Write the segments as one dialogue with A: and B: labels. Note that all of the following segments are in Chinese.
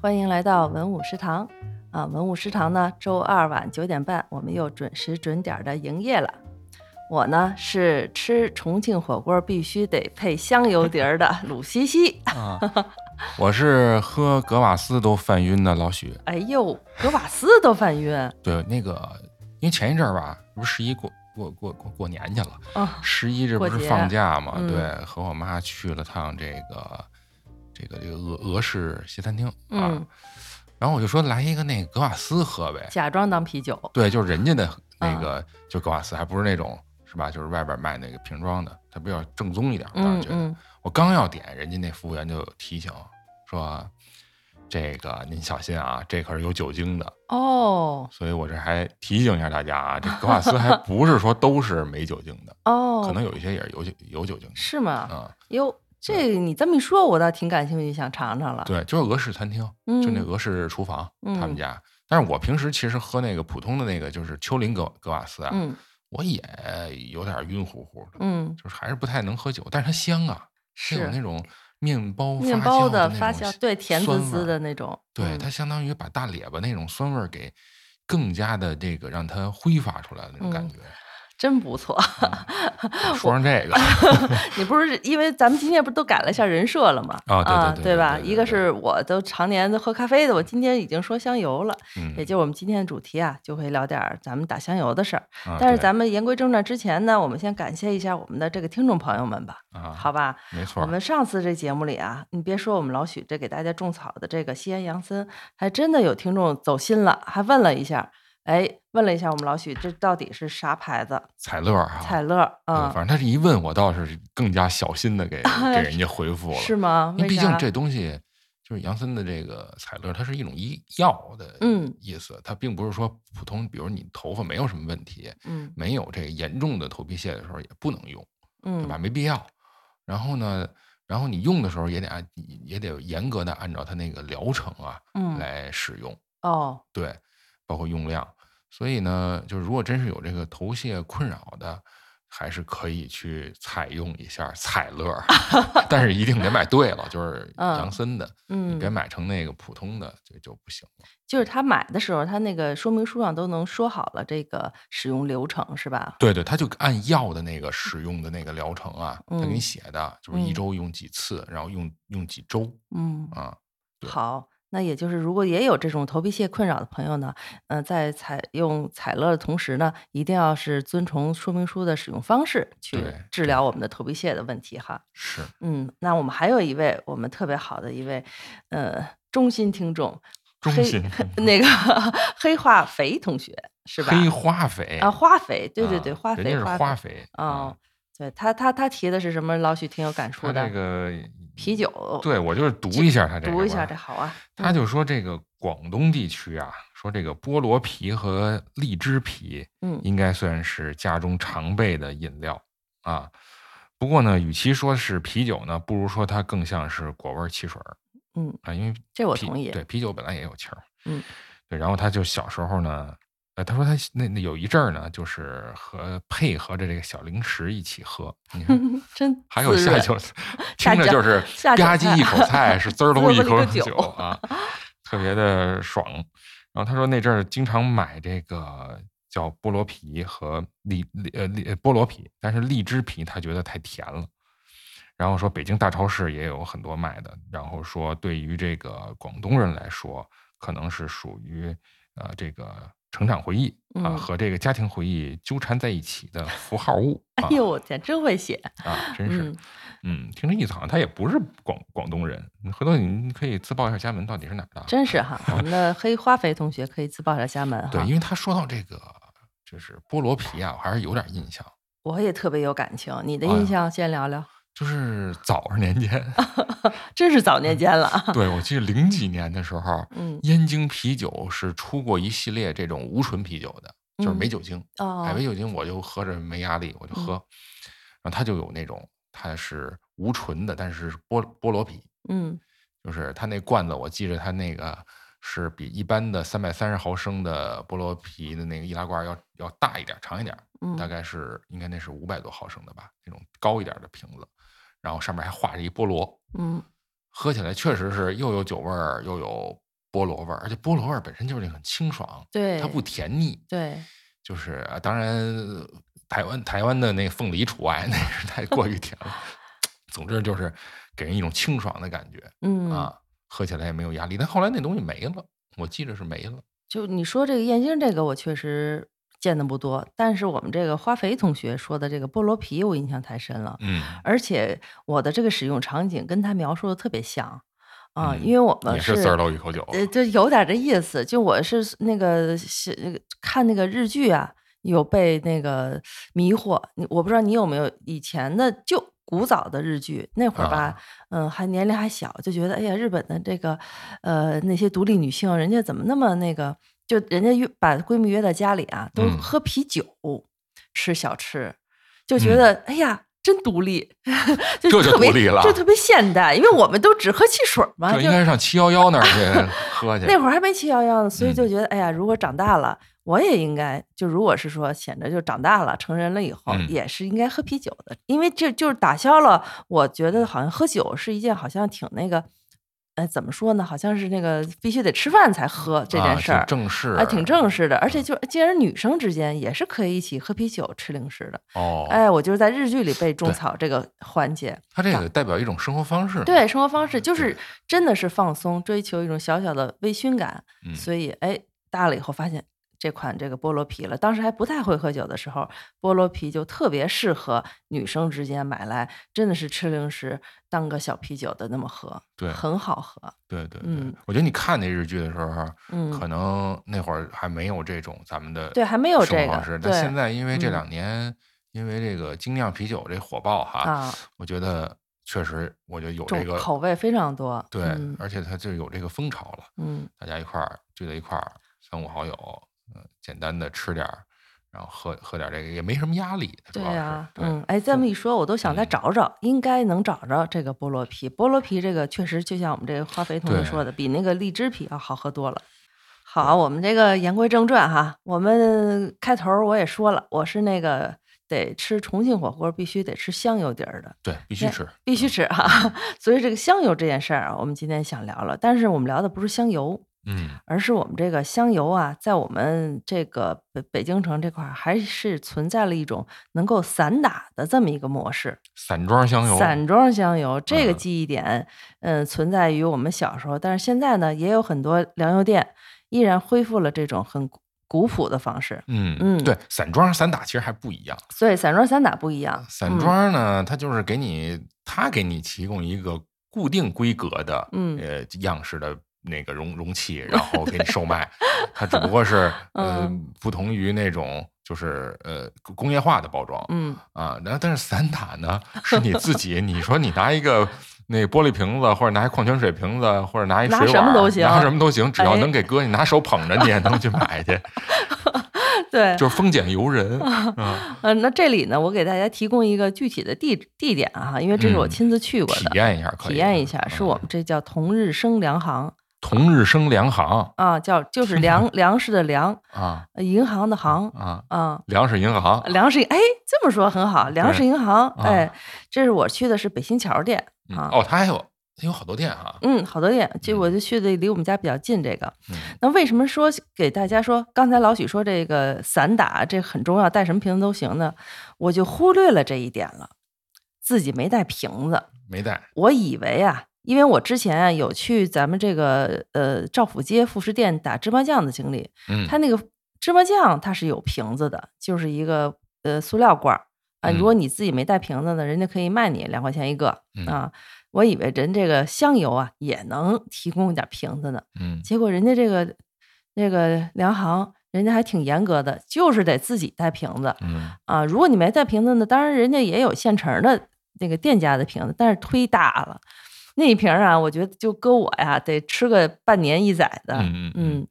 A: 欢迎来到文武食堂啊！文武食堂呢，周二晚九点半，我们又准时准点的营业了。我呢是吃重庆火锅必须得配香油碟儿的鲁西西。
B: 啊，我是喝格瓦斯都犯晕的老许。
A: 哎呦，格瓦斯都犯晕啊！
B: 对，那个因为前一阵儿吧，不是十一过过过过过年去了，十一这不
A: 哦过
B: 是
A: 节
B: 放假嘛？
A: 嗯
B: 对，和我妈去了趟这个这个这个俄俄式西餐厅啊，
A: 嗯，
B: 然后我就说来一个那格瓦斯喝呗。
A: 假装当啤酒。
B: 对，就是人家的那个、
A: 嗯
B: 就格瓦斯，还不是那种是吧？就是外边卖那个瓶装的，它比较正宗一点。我当
A: 嗯
B: 时觉得，
A: 嗯，
B: 我刚要点，人家那服务员就提醒说：“这个您小心啊，这可是有酒精的。”
A: 哦
B: 所以我这还提醒一下大家啊，这格瓦斯还不是说都是没酒精的，
A: 哦，
B: 可能有一些也是有酒有酒精的
A: 是吗？
B: 啊、
A: 哟，这你这么一说，我倒挺感兴趣，想尝尝了。
B: 对，就是俄式餐厅，
A: 嗯，
B: 就那俄式厨房，他
A: 嗯
B: 们家。但是我平时其实喝那个普通的那个就是丘陵格格瓦斯啊，
A: 嗯
B: 我也有点晕乎乎的，
A: 嗯，
B: 就是还是不太能喝酒，但是它香啊，它有
A: 是
B: 那种面包
A: 面
B: 发
A: 包
B: 酵的
A: 的
B: 那
A: 发
B: 种
A: 酵，对，甜滋
B: 酸味
A: 滋
B: 儿
A: 的那种。
B: 对，
A: 嗯
B: 它相当于把大列巴那种酸味儿给更加的这个让它挥发出来的那种感
A: 嗯
B: 觉。啊
A: 真不错。
B: 说上这个，
A: 你不是因为咱们今天不是都改了一下人设了吗？
B: 啊对对
A: 啊，对
B: 对对
A: 吧？
B: 对对
A: 一个
B: 对
A: 是我都常年都喝咖啡的，我今天已经说香油了，
B: 嗯
A: 也，就是我们今天的主题啊，就会聊点儿咱们打香油的事儿。
B: 啊
A: 但是
B: 对
A: 咱们言归正传之前呢，我们先感谢一下我们的这个听众朋友们吧，
B: 啊，
A: 好吧？
B: 没错
A: 我
B: 儿，
A: 们上次这节目里啊，你别说我们老许这给大家种草的这个西安杨森，还真的有听众走心了，还问了一下，哎，问了一下我们老许这到底是啥牌子？
B: 彩乐儿啊，
A: 彩乐儿
B: 对
A: 啊，
B: 反正他这一问，我倒是更加小心的 给给人家回复了，
A: 是吗？
B: 因
A: 为
B: 为毕竟
A: 啥
B: 这东西就是杨森的这个彩乐，它是一种医药的
A: 嗯
B: 意思，它并不是说普通，比如你头发没有什么问题，
A: 嗯
B: 没有这个严重的头皮屑的时候也不能用，对吧？
A: 嗯
B: 没必要。然后呢，然后你用的时候也得按也得严格的按照它那个疗程啊
A: 嗯
B: 来使用，
A: 哦
B: 对，包括用量。所以呢，就是如果真是有这个头屑困扰的，还是可以去采用一下彩乐儿， 但是一定得买对了，就是
A: 嗯
B: 杨森的，你别
A: 嗯，
B: 买成那个普通的，这就不行了。
A: 就是他买的时候，他那个说明书上都能说好了这个使用流程是吧？
B: 对对，他就按药的那个使用的那个疗程啊，他给
A: 嗯
B: 你写的，就是一
A: 嗯
B: 周用几次，然后用用几周
A: 嗯，
B: 啊。对
A: 好，那也就是如果也有这种头皮屑困扰的朋友呢，嗯、在采用采乐的同时呢，一定要是遵从说明书的使用方式去
B: 对
A: 治疗我们的头皮屑的问题哈。
B: 是，
A: 嗯，那我们还有一位我们特别好的一位，呃，忠心听众，
B: 中
A: 黑
B: 心
A: 那个黑化肥同学是吧？
B: 黑花肥
A: 啊，花肥，对对
B: 啊
A: 对，花肥，
B: 人家是
A: 花
B: 花
A: 肥，
B: 肥
A: 哦
B: 啊，，
A: 对他他他提的是什么？老许挺有感触
B: 他
A: 的，
B: 这个
A: 啤酒，
B: 对我就是读一下他这个吧，
A: 读一下这好啊，
B: 他就说这个广东地区啊，说这个菠萝啤和荔枝啤
A: 嗯
B: 应该算是家中常备的饮料啊。不过呢，与其说是啤酒呢，不如说它更像是果味儿汽水儿
A: 嗯，
B: 啊，因为
A: 这我
B: 啤
A: 同意，
B: 对，啤酒本来也有气儿。
A: 嗯，
B: 对。然后他就小时候呢，呃，他说他那那有一阵儿呢，就是和配合着这个小零食一起喝。你看
A: 真
B: 还有
A: 滋
B: 下
A: 润
B: 酒， 听着就是
A: 下酒
B: 吧唧一口菜，是滋儿喽一
A: 滋儿喽
B: 口
A: 一个酒
B: 酒啊，特别的爽。然后他说那阵儿经常买这个叫菠萝啤和荔荔呃荔菠萝啤，但是荔枝啤他觉得太甜了。然后说北京大超市也有很多卖的，然后说对于这个广东人来说，可能是属于呃这个成长回忆
A: 嗯
B: 啊和这个家庭回忆纠缠在一起的符号物啊
A: 哎呦，我天，真会写，
B: 啊，真是。
A: 嗯，
B: 嗯，听这意思好像他也不是广广东人。你回头你可以自报一下家门，到底是哪儿的啊？
A: 真是 哈，我们的黑花肥同学可以自报一下家门
B: 对，
A: 哈
B: 因，为他说到这个就是菠萝皮啊，我还是有点印象。
A: 我也特别有感情，你的
B: 哎
A: 印
B: 呀
A: 象先聊聊，
B: 就是早上年 间，
A: 真是
B: 嗯
A: 早年间了 啊，
B: 对我记得零几年的时候，
A: 嗯，
B: 燕京啤酒是出过一系列这种无醇啤酒的，就是没
A: 嗯
B: 酒精。哎，
A: 哦
B: 没，酒精我就喝着没压力，我就
A: 嗯
B: 喝。然后它就有那种它是无醇的，但是是菠菠萝啤，
A: 嗯，
B: 就是它那罐子，我记着它那个是比一般的三百三十毫升的菠萝啤的那个易拉罐要要大一点、长一点，
A: 嗯，
B: 大概是应该那是五百多毫升的吧，那种高一点的瓶子，然后上面还画着一菠萝，
A: 嗯，
B: 喝起来确实是又有酒味儿，又有菠萝味儿，而且菠萝味儿本身就是很清爽，
A: 对，
B: 它不甜腻。
A: 对，
B: 就是啊当然台湾台湾的那个凤梨除外，那是太过于甜了。 总之就是给人一种清爽的感觉
A: 嗯，
B: 啊，喝起来也没有压力。但后来那东西没了，我记着是没了。
A: 就你说这个燕京这个，我确实见的不多，但是我们这个花肥同学说的这个菠萝皮，我印象太深了。
B: 嗯，
A: 而且我的这个使用场景跟他描述的特别像啊，
B: 嗯
A: 因为我们
B: 也是滋儿漏一口酒。
A: 呃，就有点这意思。就我是那个是那个看那个日剧啊，有被那个迷惑。你我不知道你有没有以前的就古早的日剧，那会儿吧，
B: 啊
A: 嗯，还年龄还小，就觉得哎呀，日本的这个呃那些独立女性，人家怎么那么那个？就人家约把闺蜜约在家里啊，都
B: 嗯
A: 喝啤酒、吃小吃，就觉得、哎呀。真独立， 就
B: 嗯这就
A: 特别
B: 独立了
A: 就特别现代，因为我们都只喝汽水嘛，
B: 这
A: 就
B: 应该上七幺幺那儿 去喝去。
A: 那会儿还没七幺幺呢，所以
B: 嗯
A: 就觉得，哎呀，如果长大了，我也应该就如果是说显着就长大了，成人了以后，
B: 嗯
A: 也是应该喝啤酒的，因为这就是打消了，我觉得好像喝酒是一件好像挺那个，呃，怎么说呢，好像是那个必须得吃饭才喝这
B: 啊
A: 件
B: 挺
A: 事儿。
B: 正式
A: 啊，挺正式的，而且就既然女生之间也是可以一起喝啤酒、吃零食的。
B: 哦。
A: 哎，我就是在日剧里被种
B: 对
A: 草这个环节，
B: 它这个代表一种生活方式嘛。
A: 对生活方式就
B: 对
A: 是真的是放松，追求一种小小的微醺感。
B: 嗯，
A: 所以哎，大了以后发现这款这个菠萝啤了。当时还不太会喝酒的时候，菠萝啤就特别适合女生之间买来，真的是吃零食当个小啤酒的那么喝，
B: 对
A: 很好喝。
B: 对对对
A: 嗯，
B: 我觉得你看那日剧的时候，可
A: 嗯，
B: 能那会儿还没有这种咱们的
A: 对，还没有
B: 生
A: 这
B: 活
A: 个
B: 方式，，但
A: 对
B: 现在因为这
A: 嗯
B: 两年，因为这个精酿啤酒这火爆哈，
A: 啊，
B: 我觉得确实，我觉得有这
A: 种
B: 个
A: 口味非常多。
B: 对
A: 嗯，
B: 而且它就有这个风潮了，
A: 嗯
B: 大家一块儿聚在一块儿，三五好友，嗯，简单的吃点儿，然后喝喝点儿这个也没什么压力，它主
A: 对
B: 要
A: 呀、
B: 是对
A: 嗯，哎，这么一说，我都想再
B: 嗯
A: 找找，应该能找着这个菠萝啤。菠萝啤这个确实就像我们这个花肥同学
B: 对
A: 说的，比那个荔枝啤要好喝多了。好，我们这个言归正传哈，我们开头我也说了，我是那个得吃重庆火锅必须得吃香油底儿的，
B: 对，必须
A: 那
B: 吃，
A: 必须吃哈。 所以这个香油这件事儿啊，我们今天想聊了，但是我们聊的不是香油，
B: 嗯，
A: 而是我们这个香油啊，在我们这个北北京城这块儿，还是存在了一种能够散打的这么一个模式。
B: 散装香油，
A: 散装香油这个
B: 嗯
A: 记忆点，嗯、存在于我们小时候，但是现在呢，也有很多粮油店依然恢复了这种很古古朴的方式。
B: 嗯
A: 嗯
B: 对，散装散打其实还不一样，
A: 所以散装散打不一样，
B: 散装呢，它就是给你，它给你提供一个固定规格的，
A: 嗯
B: 呃，样式的那个容容器，然后给你售卖。 它只不过是，呃
A: 嗯，
B: 不同于那种就是呃工工业化的包装
A: 嗯，
B: 啊。然后，但是散打呢，是你自己，你说你拿一个。那玻璃瓶子，或者拿一矿泉水瓶子，或者拿一
A: 拿
B: 水
A: 什
B: 碗
A: 么
B: 儿，
A: 都行
B: 拿什么都行，只要
A: 哎
B: 能给哥，你拿手捧着，你也能去买去，
A: 嗯对，
B: 哎就是丰俭由 人。嗯，
A: 呃，那这里呢，我给大家提供一个具体的地地点啊，因为这是我
B: 嗯
A: 亲自去过
B: 体
A: 的，
B: 验一下可
A: 体
B: 以，
A: 验一下，是我
B: 嗯
A: 们这叫同日生粮行
B: 同日生粮行
A: 啊，叫就是 粮粮食的粮，
B: 啊
A: 呃银行的行
B: 啊，
A: 啊。
B: 粮食银行，
A: 粮食哎，这么说很好。粮食银行，
B: 啊
A: 哎，这是我去的是北新桥店
B: 嗯
A: 啊，
B: 哦，它还有它有好多店哈，
A: 嗯，好多店，就
B: 嗯
A: 我就去的离我们家比较近。这个，
B: 嗯
A: 那为什么说给大家说，刚才老许说这个散打这很重要，带什么瓶子都行呢？我就忽略了这一点了，自己没带瓶子，
B: 没带，
A: 我以为啊，因为我之前啊有去咱们这个呃赵府街副食店打芝麻酱的经历，
B: 嗯，
A: 它那个芝麻酱它是有瓶子的，就是一个呃塑料罐儿啊。如果你自己没带瓶子呢，人家可以卖你两块钱一个
B: 嗯
A: 啊。我以为人这个香油啊也能提供点瓶子呢，
B: 嗯
A: 结果人家这个那个粮行人家还挺严格的，就是得自己带瓶子。
B: 嗯
A: 啊，如果你没带瓶子呢，当然人家也有现成的那个店家的瓶子，但是忒大了，那一瓶儿啊，我觉得就搁我呀，得吃个半年一载的。
B: 嗯嗯嗯
A: 嗯，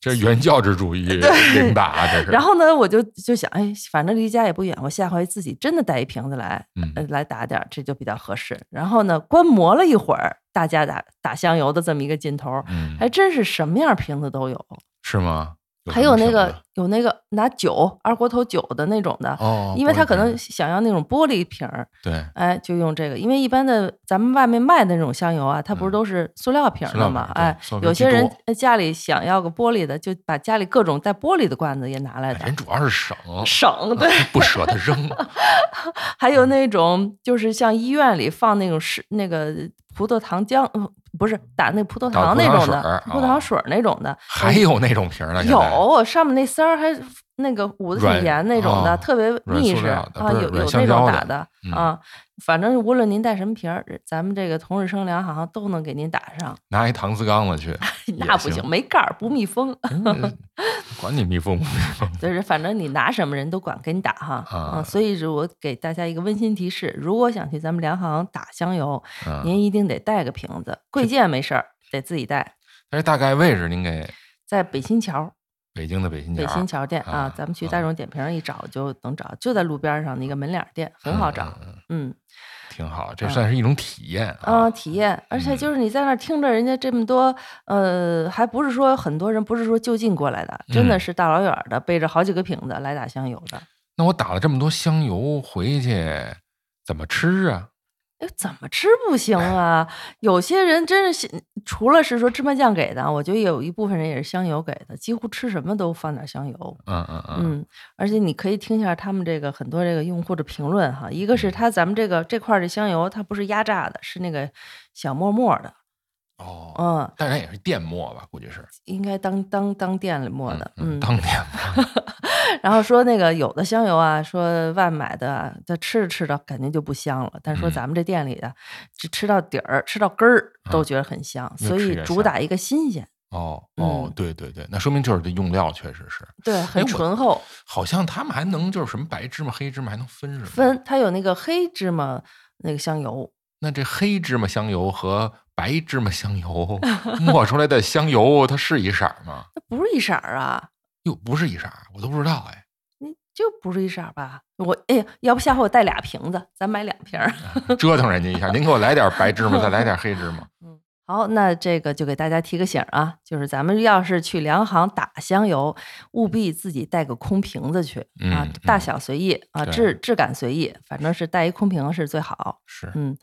B: 这是原教旨 主义领打，这是，
A: 然
B: 后
A: 后呢，我就就想，哎，反正离家也不远，我下回自己真的带一瓶子来，呃
B: 嗯，
A: 来打点儿，这就比较合适。然后呢，观摩了一会儿，大家打打香油的这么一个劲头儿，哎
B: 嗯
A: 还真是什么样儿瓶子都有，
B: 是吗？
A: 还有
B: 什
A: 那
B: 么啊瓶
A: 个
B: 子
A: 有那个拿酒二锅头酒的那种的，
B: 哦，
A: 因为
B: 玻
A: 他
B: 璃
A: 可
B: 瓶
A: 能想要那种玻璃瓶儿，
B: 对
A: 哎，就用这个，因为一般的咱们外面卖的那种香油啊，它不
B: 嗯
A: 是都是塑料瓶儿
B: 塑料
A: 的嘛
B: 瓶？对
A: 哎
B: 塑料，瓶
A: 有
B: 居
A: 些人
B: 多
A: 呃家里想要个玻璃的，就把家里各种带玻璃的罐子也拿来的，
B: 哎人主要是 省，
A: 省对。
B: 不舍得扔。
A: 还
B: 嗯
A: 有那种就是像医院里放那种是那个葡萄糖浆，嗯不是打那葡萄
B: 打
A: 糖
B: 葡
A: 那
B: 萄
A: 种
B: 水
A: 的
B: 儿
A: 葡萄
B: 哦
A: 糖水儿那种的，
B: 还有那种瓶儿呢，现在
A: 有上面那丝儿还那个捂的
B: 软
A: 挺严那种的，
B: 啊
A: 特别
B: 软
A: 密
B: 塑
A: 实
B: 料
A: 啊
B: 的，不是
A: 有
B: 软
A: 有
B: 橡
A: 那
B: 胶
A: 种
B: 的
A: 打的
B: 嗯
A: 啊，反正无论您带什么瓶儿，咱们这个同日生粮好像都能给您打 上。
B: 拿一搪瓷缸子去，
A: 那不
B: 行
A: 行，没盖儿不密封，
B: 嗯管你密封不密封。
A: 就是反正你拿什么人都管给你打哈
B: 啊
A: 嗯所以如果给大家一个温馨提示，如果想去咱们粮行打香油，
B: 嗯，
A: 您一定得带个瓶子，贵贱没事儿，得自己带。
B: 但是大概位置您给
A: 在北新桥，
B: 北京的北新
A: 北
B: 角儿
A: 新桥店
B: 啊
A: 啊，咱们去大
B: 啊
A: 众点评上一找就能找，就在路边儿上的一个门脸儿店，很好找。
B: 嗯嗯嗯
A: 嗯，
B: 挺好，这算是一种体验
A: 啊、
B: 啊。
A: 体验，而且
B: 嗯
A: 就是你在那儿听着人家这么多，呃，还不是说很多人不是说就近过来的，真的
B: 嗯
A: 是大老远儿的背着好几个瓶子来打香油的。
B: 那我打了这么多香油回去，怎么吃啊？
A: 哎，怎么吃不行 啊？有些人真是喜除了是说芝麻酱给的啊，我觉得有一部分人也是香油给的，几乎吃什么都放点香油。
B: 嗯嗯嗯，
A: 嗯，而且你可以听一下他们这个很多这个用户的评论哈，一个
B: 嗯
A: 是他咱们这个这块儿的香油，它不是压榨的，是那个小沫沫的，
B: 哦，
A: 嗯，
B: 当然也是电磨吧，估计是。
A: 应该当当当店里磨的，嗯，
B: 当年
A: 然后说那个有的香油啊，说外买的啊，它吃着吃着感觉就不香了，但是说
B: 嗯
A: 咱们这店里的，只吃到底儿，吃到根儿都
B: 啊
A: 觉得很香，
B: 越
A: 所
B: 吃
A: 以
B: 越
A: 主
B: 香
A: 打一个新鲜，
B: 哦哦
A: 嗯，
B: 对对对，那说明就是这用料确实是，
A: 对，很
B: 哎我
A: 醇厚。
B: 好像他们还能就是什么白芝麻、黑芝麻还能分是吗？
A: 分它有那个黑芝麻那个香油，
B: 那这黑芝麻香油和白芝麻香油磨出来的香油，它是一色儿吗？
A: 它不是一色儿啊，
B: 哟，不是一色儿，我都不知道哎。
A: 你就不是一色儿吧？我哎呀，要不下回我带俩瓶子，咱买两瓶儿。
B: 折腾人家一下，您给我来点白芝麻，再来点黑芝麻。
A: 好，那这个就给大家提个醒儿啊，就是咱们要是去粮行打香油，务必自己带个空瓶子去啊
B: 嗯，
A: 大
B: 嗯
A: 小随意啊，
B: 对
A: 质质感随意，反正是带一空瓶是最好。
B: 是，
A: 嗯，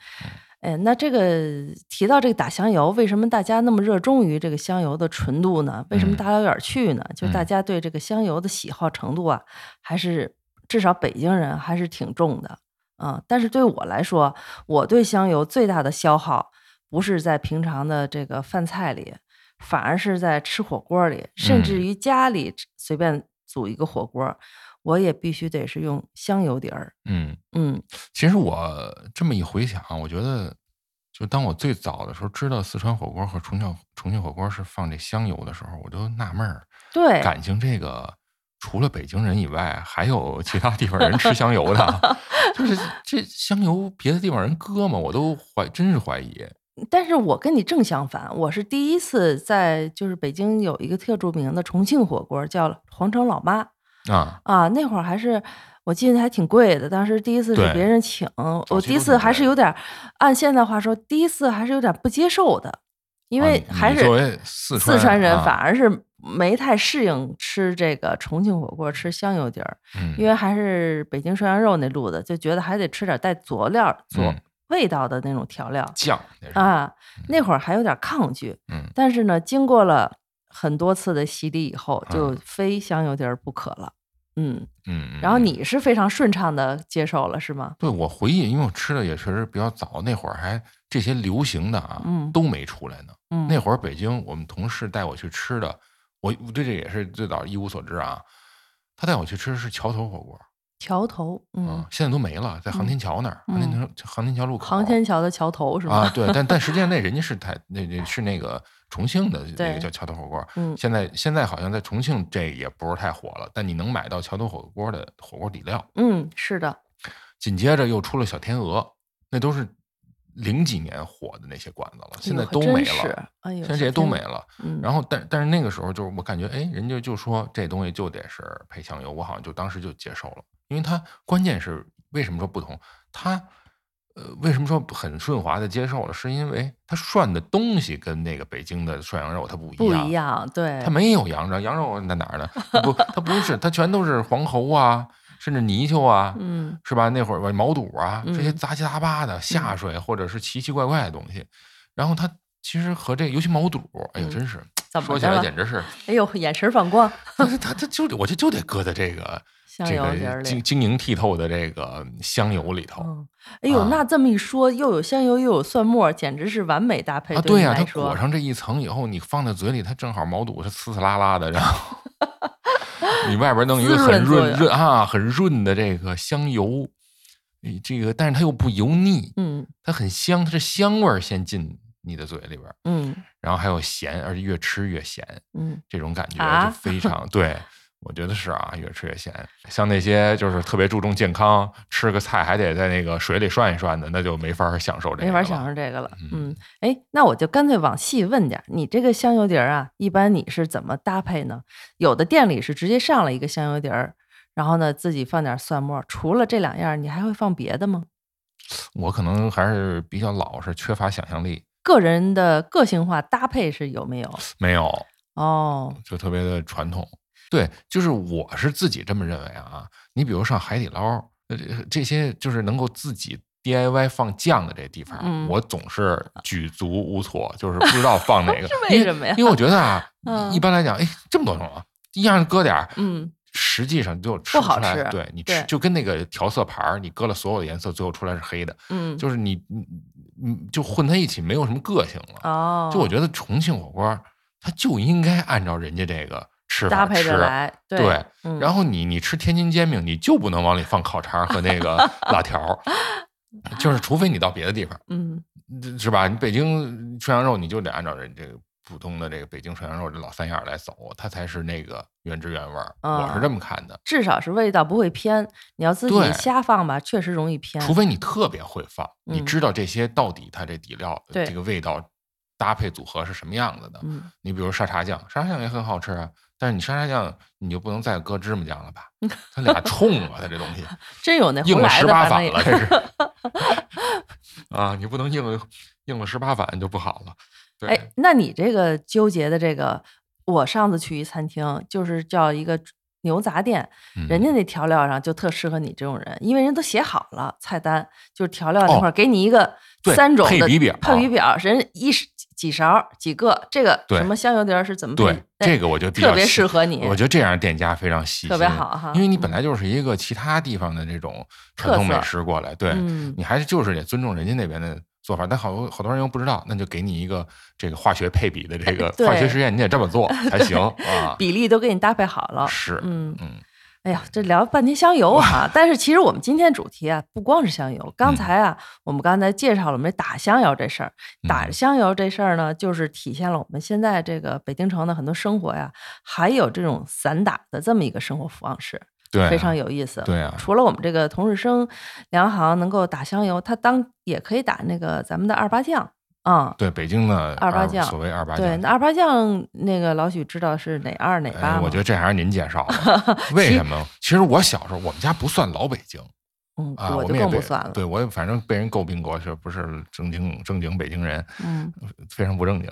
A: 哎，那这个提到这个打香油，为什么大家那么热衷于这个香油的纯度呢？为什么
B: 嗯
A: 大老远儿去呢？就大
B: 嗯
A: 家对这个香油的喜好程度啊，还是至少北京人还是挺重的啊、但是对我来说，我对香油最大的消耗不是在平常的这个饭菜里，反而是在吃火锅里，甚至
B: 嗯
A: 于家里吃随便煮一个火锅，我也必须得是用香油底儿。
B: 嗯，
A: 嗯
B: 其实我这么一回想，啊我觉得，就当我最早的时候知道四川火锅和重庆重庆火锅是放这香油的时候，我就纳闷儿，，
A: 对，
B: 感情这个除了北京人以外，还有其他地方人吃香 油的，就是这香油别的地方人搁吗？我都怀真是怀疑。
A: 但是我跟你正相反，我是第一次在就是北京有一个特著名的重庆火锅叫皇城老妈
B: 啊，
A: 啊，那会儿还是我记得还挺贵的，当时第一次是
B: 对
A: 别人请，我
B: 期
A: 第一
B: 都
A: 次
B: 挺
A: 还
B: 贵
A: 是有点儿，按现在话说，第一次还是有点不接受的，因为
B: 啊你
A: 还
B: 你
A: 是、
B: 作为四
A: 四川人，反
B: 啊
A: 而是没太适应吃这个重庆火锅吃香油底儿，
B: 嗯、
A: 因为还是北京涮羊肉那路子，就觉得还得吃点带佐料、佐
B: 嗯
A: 味道的那种调料。
B: 酱那是，
A: 啊，那会儿还有点抗拒，
B: 嗯
A: 但是呢，经过了很多次的洗礼以后，就
B: 嗯
A: 非香油碟儿不可了。嗯，
B: 嗯，
A: 然后
B: 嗯
A: 你是非常顺畅的接受了，是吗？
B: 对我回忆，因为我吃的也确实比较早，那会儿还这些流行的啊，
A: 嗯
B: 都没出来呢。
A: 嗯，
B: 那会儿北京，我们同事带我去吃的，我我对这也是最早一无所知啊。他带我去吃的是桥头火锅，
A: 桥头，嗯
B: 啊，，现在都没了，在航天桥那儿，航天桥航天桥路口，
A: 航天桥的桥头是吗？
B: 啊，对， 但但实际上那人家是台那那是那个重庆的那
A: 对
B: 个叫桥头火锅，
A: 嗯
B: 现在现在好像在重庆这也不是太火了，但你能买到桥头火锅的火锅底料，
A: 嗯，是的，
B: 紧接着又出了小天鹅，那都是零几年火的那些馆子了，现
A: 哎
B: 在
A: 呦还
B: 都
A: 真
B: 没
A: 是
B: 了，，
A: 哎呦，
B: 现在这些都没了。
A: 嗯，
B: 然后但但是那个时候就是我感觉，哎，人家就说这东西就得是配香油，我好像就当时就接受了，因为它关键是为什么说不同，它呃，为什么说很顺滑的接受了？是因为它涮的东西跟那个北京的涮羊肉它不一
A: 不
B: 样，
A: 一样，对
B: 它，没有羊肉，羊肉在哪儿呢？它 不，它不是，它全都是黄喉啊，甚至泥鳅啊，
A: 嗯
B: 是吧？那会儿吧，毛肚啊，这些
A: 嗯
B: 杂七杂八的下水或者是奇奇怪怪的东西，然后它其实和这，尤其毛肚，哎
A: 嗯
B: 呦，真是
A: 怎么
B: 说起
A: 着
B: 来
A: 了
B: 简 直是，
A: 哎呦，眼神放光，
B: 但是它它就我就就得搁在这个
A: 香
B: 这
A: 油碟
B: 个
A: 儿
B: 晶
A: 里。
B: 晶莹剔透的这个香油里头。
A: 嗯，哎呦，
B: 啊
A: 那这么一说，又有香油又有蒜末，简直是完美搭配。
B: 啊，
A: 对
B: 对
A: 你
B: 呀、
A: 来
B: 它
A: 说
B: 裹，上这一层以后，你放在嘴里，它正好毛肚是呲呲啦啦的，然后 你外边弄一个
A: 滋
B: 很
A: 润作
B: 润
A: 用
B: 润啊，很润的这个香油，诶这个但是它又不油腻，
A: 嗯
B: 它很香，它是香味儿先进你的嘴里边儿，
A: 嗯
B: 然后还有咸，而且越吃越咸，
A: 嗯，
B: 这种感觉
A: 啊
B: 就非 常、对。我觉得是啊，越吃越咸。像那些就是特别注重健康，吃个菜还得在那个水里涮一涮的，那就没法儿享受这个
A: 没法
B: 了
A: 享受这个了。
B: 嗯
A: 嗯，哎，那我就干脆往细问点儿，你这个香油碟儿啊，一般你是怎么搭配呢？有的店里是直接上了一个香油碟儿，然后呢自己放点儿蒜末儿，除了这两样儿，你还会放别的吗？
B: 我可能还是比较老实，缺乏想象力，
A: 个人的个性化搭配是有没有？
B: 没有
A: 哦，
B: 就特别的传统。对，就是我是自己这么认为啊。你比如上海底捞，呃，这些就是能够自己 DIY 放酱的这地方，
A: 嗯
B: 我总是举足无措，就是不知道放哪 个
A: 是。
B: 因
A: 为什么呀
B: 因为我觉得啊，
A: 嗯
B: 一般来讲，哎，这么多种啊，一样搁点儿。
A: 嗯，
B: 实际上就吃
A: 不好
B: 出来
A: 吃
B: 对你吃
A: 对
B: 就跟那个调色盘儿，你搁了所有的颜色，最后出来是黑的，
A: 嗯，
B: 就是你你你就混在一起，没有什么个性了。
A: 哦，
B: 就我觉得重庆火锅儿，它就应该按照人家这个吃法
A: 搭配
B: 吃
A: 着。来，对
B: 对
A: 嗯、
B: 然后你你吃天津煎饼，你就不能往里放烤肠儿和 那个辣条儿，就是除非你到别的地方，
A: 嗯
B: 是吧？你北京涮羊肉，你就得按照人这个普通的这个北京涮羊肉这老三样儿来走，它才是那个原汁原味儿。我
A: 啊
B: 是这么看的，
A: 至少是味道不会偏。你要自
B: 对
A: 己瞎放吧，确实容易偏。
B: 除非你特别会放，你
A: 嗯
B: 知道这些到底它这底料呃
A: 对
B: 这个味道搭配组合是什么样子的。
A: 嗯，
B: 你比如沙茶酱，沙茶酱也很好吃啊，但是你沙茶酱你就不能再搁芝麻酱了吧？它俩冲啊，它这 东西
A: 真有那
B: 硬
A: 胡
B: 了
A: 来
B: 十
A: 的，
B: 八
A: 反正
B: 反
A: 也
B: 了，这是 啊，你不能硬了硬了十八反就不好了。对，
A: 哎，那你这个纠结的这个，我上次去一餐厅，就是叫一个牛杂店，
B: 嗯
A: 人家那调料上就特适合你这种人，因为人都写好了菜单，就是调料那块儿给你一个
B: 哦对
A: 三种
B: 配
A: 的
B: 比表
A: 配比表，人一十几几勺几个，这个
B: 对
A: 什么香油碟儿是怎么
B: 对
A: 配，
B: 这
A: 个
B: 个我觉得比较
A: 特别
B: 细
A: 适合你，
B: 我觉得这样店家非常细心，
A: 特别好哈嗯
B: 因为你本来就是一个其他地方的这种传
A: 特
B: 统美
A: 色
B: 食过来，对，
A: 嗯
B: 你还是就是得尊重人家那边的做法。但好多好多人又不知道，那就给你一个这个化学配比的这个
A: 对
B: 化学实验，你得这 么做才行啊。
A: 比例都给你搭配好了，
B: 是，
A: 嗯。
B: 嗯，
A: 哎呀，这聊半天香油 哈，但是其实我们今天主题啊，不光是香油。刚
B: 嗯
A: 才啊，我们刚才介绍了我们这打香油这事儿。打
B: 嗯
A: 香油这事儿呢，就是体现了我们现在这个北京城的很多生活呀，还有这种散打的这么一个生活方式，
B: 对啊，
A: 非常有意思。
B: 对啊，
A: 除了我们这个同日生粮行能够打香油，它当也可以打那个咱们的二八酱啊、
B: 对北京的
A: 二八酱
B: 所谓二八酱，
A: 对，那二八酱那个老许知道是哪二哪八
B: 哎
A: 吗？
B: 我觉得这还是您介绍 吧为什么？其实我小时候，我们家不算老北京
A: 嗯，
B: 啊，
A: 我
B: 我
A: 就
B: 们也
A: 更
B: 被
A: 不算了。
B: 对我也反正被人诟病过，是不是正经正经北京人，
A: 嗯，
B: 非常不正经。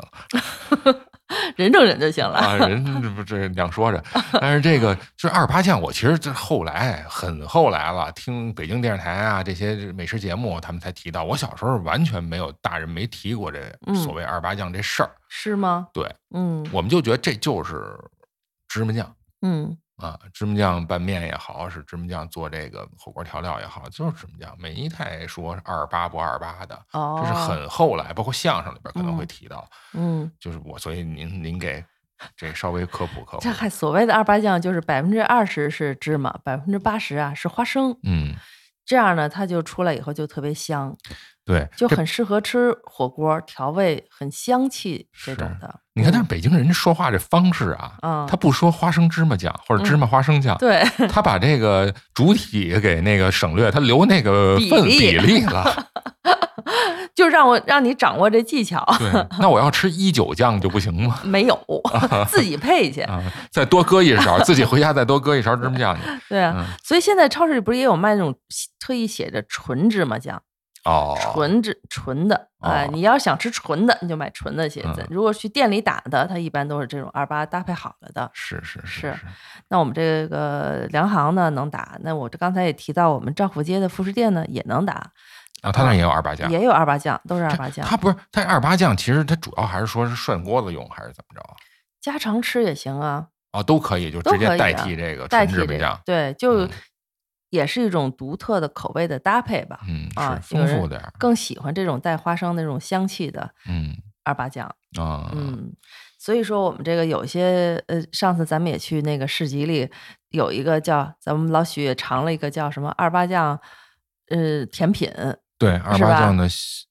A: 人正人就行了。
B: 啊，人这不这两说着，但是这个就是二八酱，我其实这后来很后来了，听北京电视台啊这些美食节目，他们才提到，我小时候完全没有大人没提过这
A: 嗯
B: 所谓二八酱这事儿，
A: 是吗？
B: 对，
A: 嗯
B: 我们就觉得这就是芝麻酱
A: 嗯
B: 啊，芝麻酱拌面也好，是芝麻酱做这个火锅调料也好，就是芝麻酱，没太说二八不二八的，
A: 哦，
B: 这是很后来，包括相声里边可能会
A: 嗯
B: 提到，
A: 嗯，
B: 就是我，所以您您给这稍微科普科普
A: 这，还所谓的二八酱就是百分之二十是芝麻，百分之八十啊是花生，
B: 嗯。
A: 这样呢它就出来以后就特别香，
B: 对，
A: 就
B: 这
A: 很适合吃火锅，调味很香气这种的。
B: 你看，
A: 嗯
B: 但是北京人说话这方式啊，
A: 嗯
B: 他不说花生芝麻酱或者芝麻花生酱，
A: 对，
B: 他把这个主体给那个省略，他留那个
A: 比
B: 份
A: 例
B: 比例 了。
A: 就让我让你掌握这技巧，
B: 对，那我要吃一九酱就不行吗？
A: 没 有自己配去。
B: 啊，再多搁一勺，自己回家再多搁一勺芝麻酱去。
A: 对啊，所以现在超市里不是也有卖那种写特意写着纯芝麻酱，
B: 哦，
A: 纯只纯的，哎、
B: 哦
A: 你要想吃纯的，你就买纯的鞋子。
B: 嗯
A: 如果去店里打的，它一般都是这种二八搭配好了的。
B: 是是
A: 是那我们这个粮行呢能打，那我这刚才也提到，我们赵府街的服饰店呢也能打，
B: 啊，他那也有二八酱，
A: 也有二八酱，都是二八酱。
B: 他不是他二八酱，其实它主要还是说是涮锅子用，还是怎么着啊？
A: 家常吃也行啊，
B: 哦，都可以，就
A: 都
B: 直
A: 可
B: 接
A: 以
B: 代
A: 啊
B: 替这个
A: 代
B: 呃纯
A: 替
B: 日
A: 这
B: 本
A: 个
B: 酱，，
A: 对，就
B: 嗯
A: 也是一种独特的口味的搭配吧。
B: 嗯，
A: 啊
B: 是
A: 有
B: 丰
A: 人
B: 富点儿，
A: 更喜欢这种带花生那种香气的
B: 嗯
A: 二八酱。
B: 啊，
A: 嗯，所以说我们这个有些呃，上次咱们也去那个市集里，有一个叫咱们老许也尝了一个叫什么二八酱，呃，甜品
B: 对，二
A: 是
B: 八
A: 吧
B: 酱的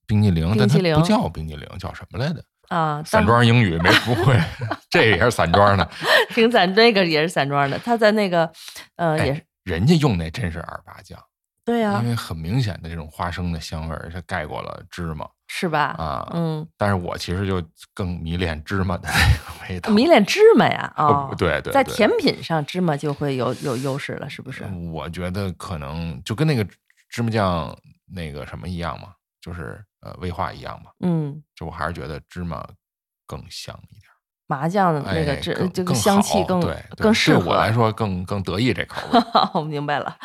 B: 冰激凌，
A: 冰
B: 但它
A: 激
B: 不
A: 凌
B: 叫冰激凌，叫什么来着？
A: 啊，
B: 散
A: 当
B: 装英语没不会， 这也是散装的。
A: 挺散，这个也是散装的，他在那个呃
B: 哎嗯
A: 也是
B: 人家用那真是二八酱，
A: 对啊呀、
B: 因为很明显的这种花生的香味儿，它盖过了芝麻
A: 是吧？
B: 啊。
A: 嗯，
B: 但是我其实就更迷恋芝麻的那个味道。
A: 迷恋芝麻呀
B: 哦
A: 啊，
B: 不，对对，
A: 在
B: 对嗯
A: 甜品上芝麻就会有有优势了，是不是？
B: 我觉得可能就跟那个芝麻酱那个什么一样嘛，就是呃味化一样嘛。
A: 嗯，
B: 就我还是觉得芝麻更香一点，
A: 麻酱的那个
B: 哎
A: 芝、
B: 更
A: 这个
B: 更
A: 香气
B: 好
A: 更
B: 对对
A: 更适
B: 对
A: 合
B: 我来说更更得意这口味儿。
A: 我明白了。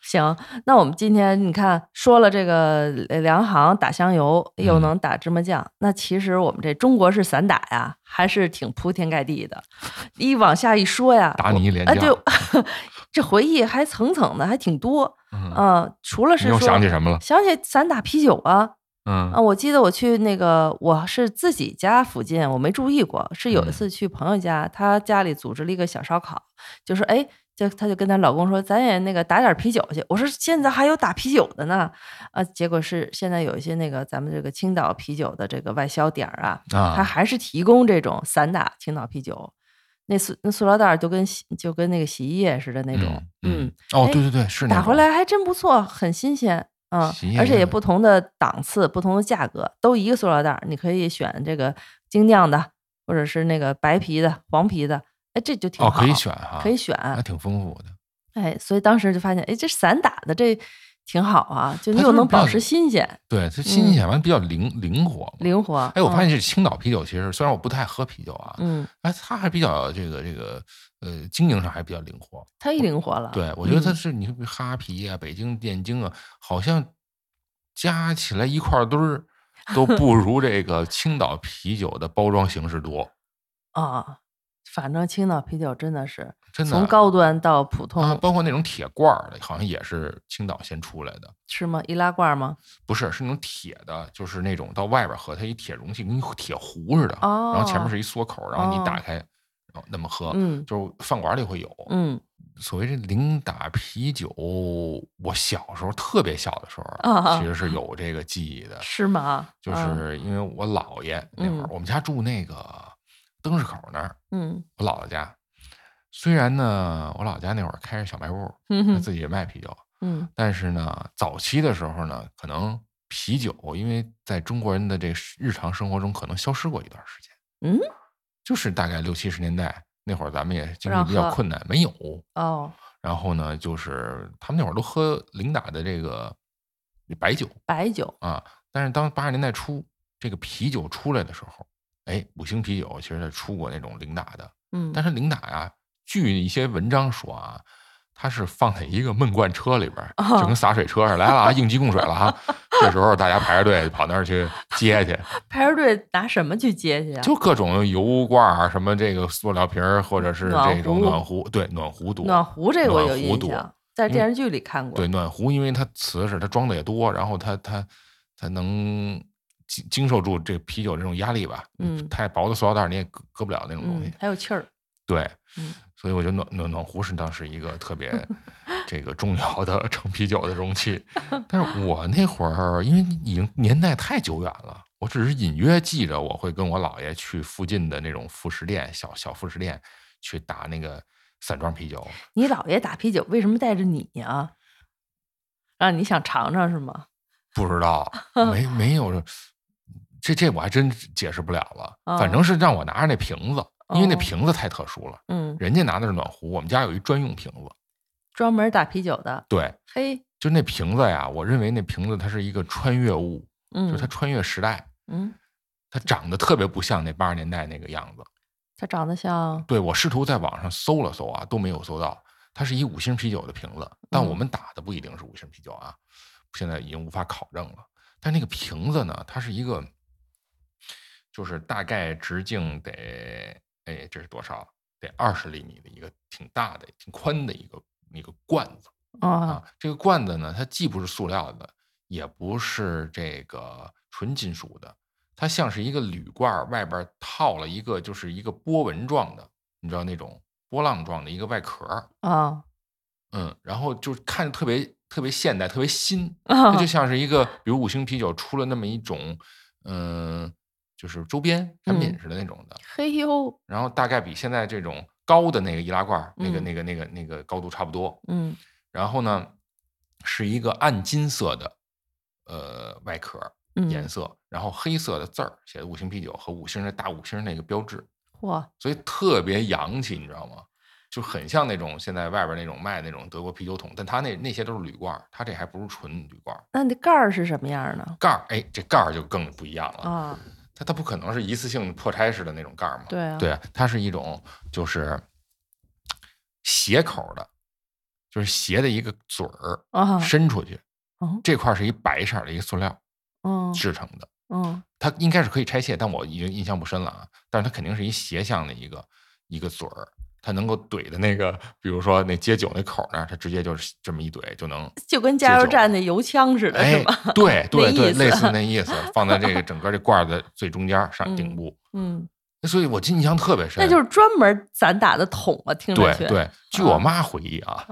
A: 行，那我们今天你看说了这个呃粮行打香油，又
B: 嗯
A: 能打芝麻酱，那其实我们这中国式散打呀，还是挺铺天盖地的。一往下一说呀，
B: 打你一脸
A: 哎，
B: 颊
A: 对， 这回忆还层层的，还挺多。
B: 嗯
A: 嗯、除了
B: 你
A: 是
B: 又
A: 说
B: 想起什么了？
A: 想起散打啤酒啊，
B: 嗯
A: 啊，我记得我去那个，我是自己家附近，我没注意过，是有一
B: 嗯
A: 次去朋友家，她家里组织了一个小烧烤，就说哎，就她就跟她老公说，咱也那个打点啤酒去。我说现在还有打啤酒的呢，啊，结果是现在有一些那个咱们这个青岛啤酒的这个外销点儿啊，它
B: 啊，
A: 还是提供这种散打青岛啤酒，那塑那塑料袋儿就跟洗就跟那个洗衣液似的那种，嗯
B: 嗯，哦
A: 哎，
B: 对对对，是那
A: 打回
B: 种
A: 来还真不错，很新鲜。嗯
B: 洗，液
A: 而且
B: 类
A: 也
B: 的
A: 不同的档次、不同的价格，都一个塑料袋儿，你可以选这个精酿的，或者是那个白啤的、黄啤的，哎，这就挺
B: 哦，
A: 好，
B: 可以选哈，
A: 可以选啊
B: 那挺丰富的。
A: 哎，所以当时就发现，哎，这散打的这挺好啊，就
B: 它
A: 你
B: 就
A: 又
B: 是
A: 能
B: 比较
A: 保持新鲜、
B: 对，它
A: 嗯
B: 新鲜完比较灵灵活嘛。
A: 灵活。
B: 哎，我发现
A: 现，
B: 这青岛啤酒其实虽然我不太喝啤酒啊，
A: 嗯，
B: 哎，它还比较这个这个呃经营上还比较灵活。
A: 太灵活了。
B: 对，我觉得它
A: 嗯
B: 是你说哈啤啊、北京电京啊，好像加起来一块儿 堆儿都不如这个青岛啤酒的包装形式多，
A: 啊，反正青岛啤酒真的是
B: 真的。
A: 从高端到普
B: 啊，
A: 通，
B: 包括那种铁罐儿的，好像也是青岛先出来的，
A: 是吗？易拉罐吗？
B: 不是，是那种铁的，就是那种到外边喝，它一铁容器跟一铁壶似的，然后前面
A: 哦
B: 是一缩口，然后
A: 哦
B: 你打开，然后那么喝，
A: 嗯
B: 就是饭馆里会有。
A: 嗯
B: 所谓这零打啤酒，我小时候特别小的时候，
A: 啊
B: 其实是有这个记忆的，
A: 是吗？
B: 就
A: 啊
B: 是因为我姥爷那会儿，
A: 嗯
B: 我们家住那个灯市口那儿，
A: 嗯
B: 我姥姥家。虽然呢，我姥姥家那会儿开着小卖部，
A: 嗯哼
B: 自己也卖啤酒，
A: 嗯
B: 但是呢，早期的时候呢，可能啤酒因为在中国人的这日常生活中可能消失过一段时间，
A: 嗯，
B: 就是大概六七十年代那会儿，咱们也经
A: 让
B: 济比较
A: 喝
B: 困难，没有。
A: 哦，
B: 然后呢，就是他们那会儿都喝零打的这个白酒
A: 白酒
B: 啊，但是当八十年代初这个啤酒出来的时候，哎，五星啤酒其实它出过那种零打的，
A: 嗯，
B: 但是零打呀、据一些文章说啊，它是放在一个闷罐车里边儿，
A: 哦
B: 就跟洒水车似的，来了啊，应急供水 了哈。这时候大家排着队跑那儿去接去，
A: 排着队拿什么去接去啊？
B: 就各种油罐儿、什么这个塑料瓶儿，或者是
A: 暖
B: 这种
A: 壶
B: 暖壶，对，暖壶多，
A: 暖壶这个我
B: 暖
A: 有
B: 壶
A: 印
B: 多
A: 象，在电视剧里看过。
B: 对，暖壶，因为它瓷实，它装的也多，然后它它它能经经受住这个啤酒这种压力吧。
A: 嗯
B: 太薄的塑料袋儿你也割割不了那种东西。
A: 嗯，还有气儿。
B: 对，
A: 嗯
B: 所以我觉得暖暖暖壶是当时一个特 别这个重要的 盛啤酒的容器。但是我那会儿因为已经年代太久远了，我只是隐约记着我会跟我姥爷去附近的那种副食店、小小副食店去打那个散装啤酒。
A: 你姥爷打啤酒，为什么带着你啊呀、让你想尝尝是吗？
B: 不 知道，没没有，这这我还真解释不了了。反正
A: 哦
B: 是让我拿着那瓶子，因为那
A: 哦
B: 瓶子太特殊了，
A: 嗯，
B: 人家拿的是暖壶，我们家有一专用瓶子。
A: 专门打啤酒的。
B: 对，
A: 嘿，
B: 就那瓶子呀，我认为那瓶子它是一个穿越物，就
A: 嗯，
B: 它穿越时代，
A: 嗯，
B: 它长得特别不像那八十年代那个样子。
A: 它长得像
B: 对我试图在网上搜了搜啊，都没有搜到。它是一五星啤酒的瓶子，但我
A: 嗯
B: 们打的不一定是五星啤酒啊，现在已经无法考证了。但那个瓶子呢，它是一个，就是大概直径得，哎，这是多少？得二十厘米的一个挺大的、挺宽的一个一个罐子
A: 啊
B: 啊。这个罐子呢，它既不是塑料的，也不是这个纯金属的，它像是一个铝罐儿，外边儿套了一个就是一个波纹状的，你知道那种波浪状的一个外壳儿，
A: 啊
B: 嗯，然后就看着特别特别现代，特别新，它
A: 啊
B: 就像是一个比如五星啤酒出了那么一种，嗯、就是周边产品
A: 嗯
B: 似的那种的，
A: 嘿呦，
B: 然后大概比现在这种高的那个易拉罐儿那个
A: 嗯
B: 那个那个那个高度差不多，
A: 嗯
B: 然后呢是一个暗金色的呃外壳儿，颜
A: 嗯，
B: 色，然后黑色的字儿写的五星啤酒和五星那大五星那个标志，
A: 嚯，
B: 所以特别洋气，你知道吗？就很像那种现在外边那种卖那种德国啤酒桶，但它那那些都是铝罐儿，它这还不是纯铝罐儿
A: 那你盖儿是什么样儿呢？
B: 盖儿，哎，这盖儿就更不一样了，
A: 啊，
B: 它它不可能是一次性破拆式的那种盖儿嘛，
A: 对啊，
B: 对，它是一种就是斜口的，就是斜的一个嘴儿
A: 啊，
B: 伸出去，
A: 嗯
B: 这块儿是一白色儿的一个塑料
A: 嗯
B: 制成的。
A: 嗯
B: 它应该是可以拆卸，但我已经印象不深了啊。但是它肯定是一斜向的一个一个嘴儿，它能够怼的那个，比如说那接酒那口儿那儿，它直接就是这么一怼就能，
A: 就跟加
B: 这
A: 油
B: 种
A: 站那油枪似的，
B: 啊哎
A: 是吧？，
B: 对对
A: 那
B: 对，
A: 意思
B: 类似 那意思，放在这个整个这罐儿的最中间儿上顶
A: 嗯
B: 部。
A: 嗯，
B: 所以我印象特别深，
A: 那就是专门咱打的桶啊，听着
B: 对
A: 去。嗯
B: 对，据我妈回忆 啊，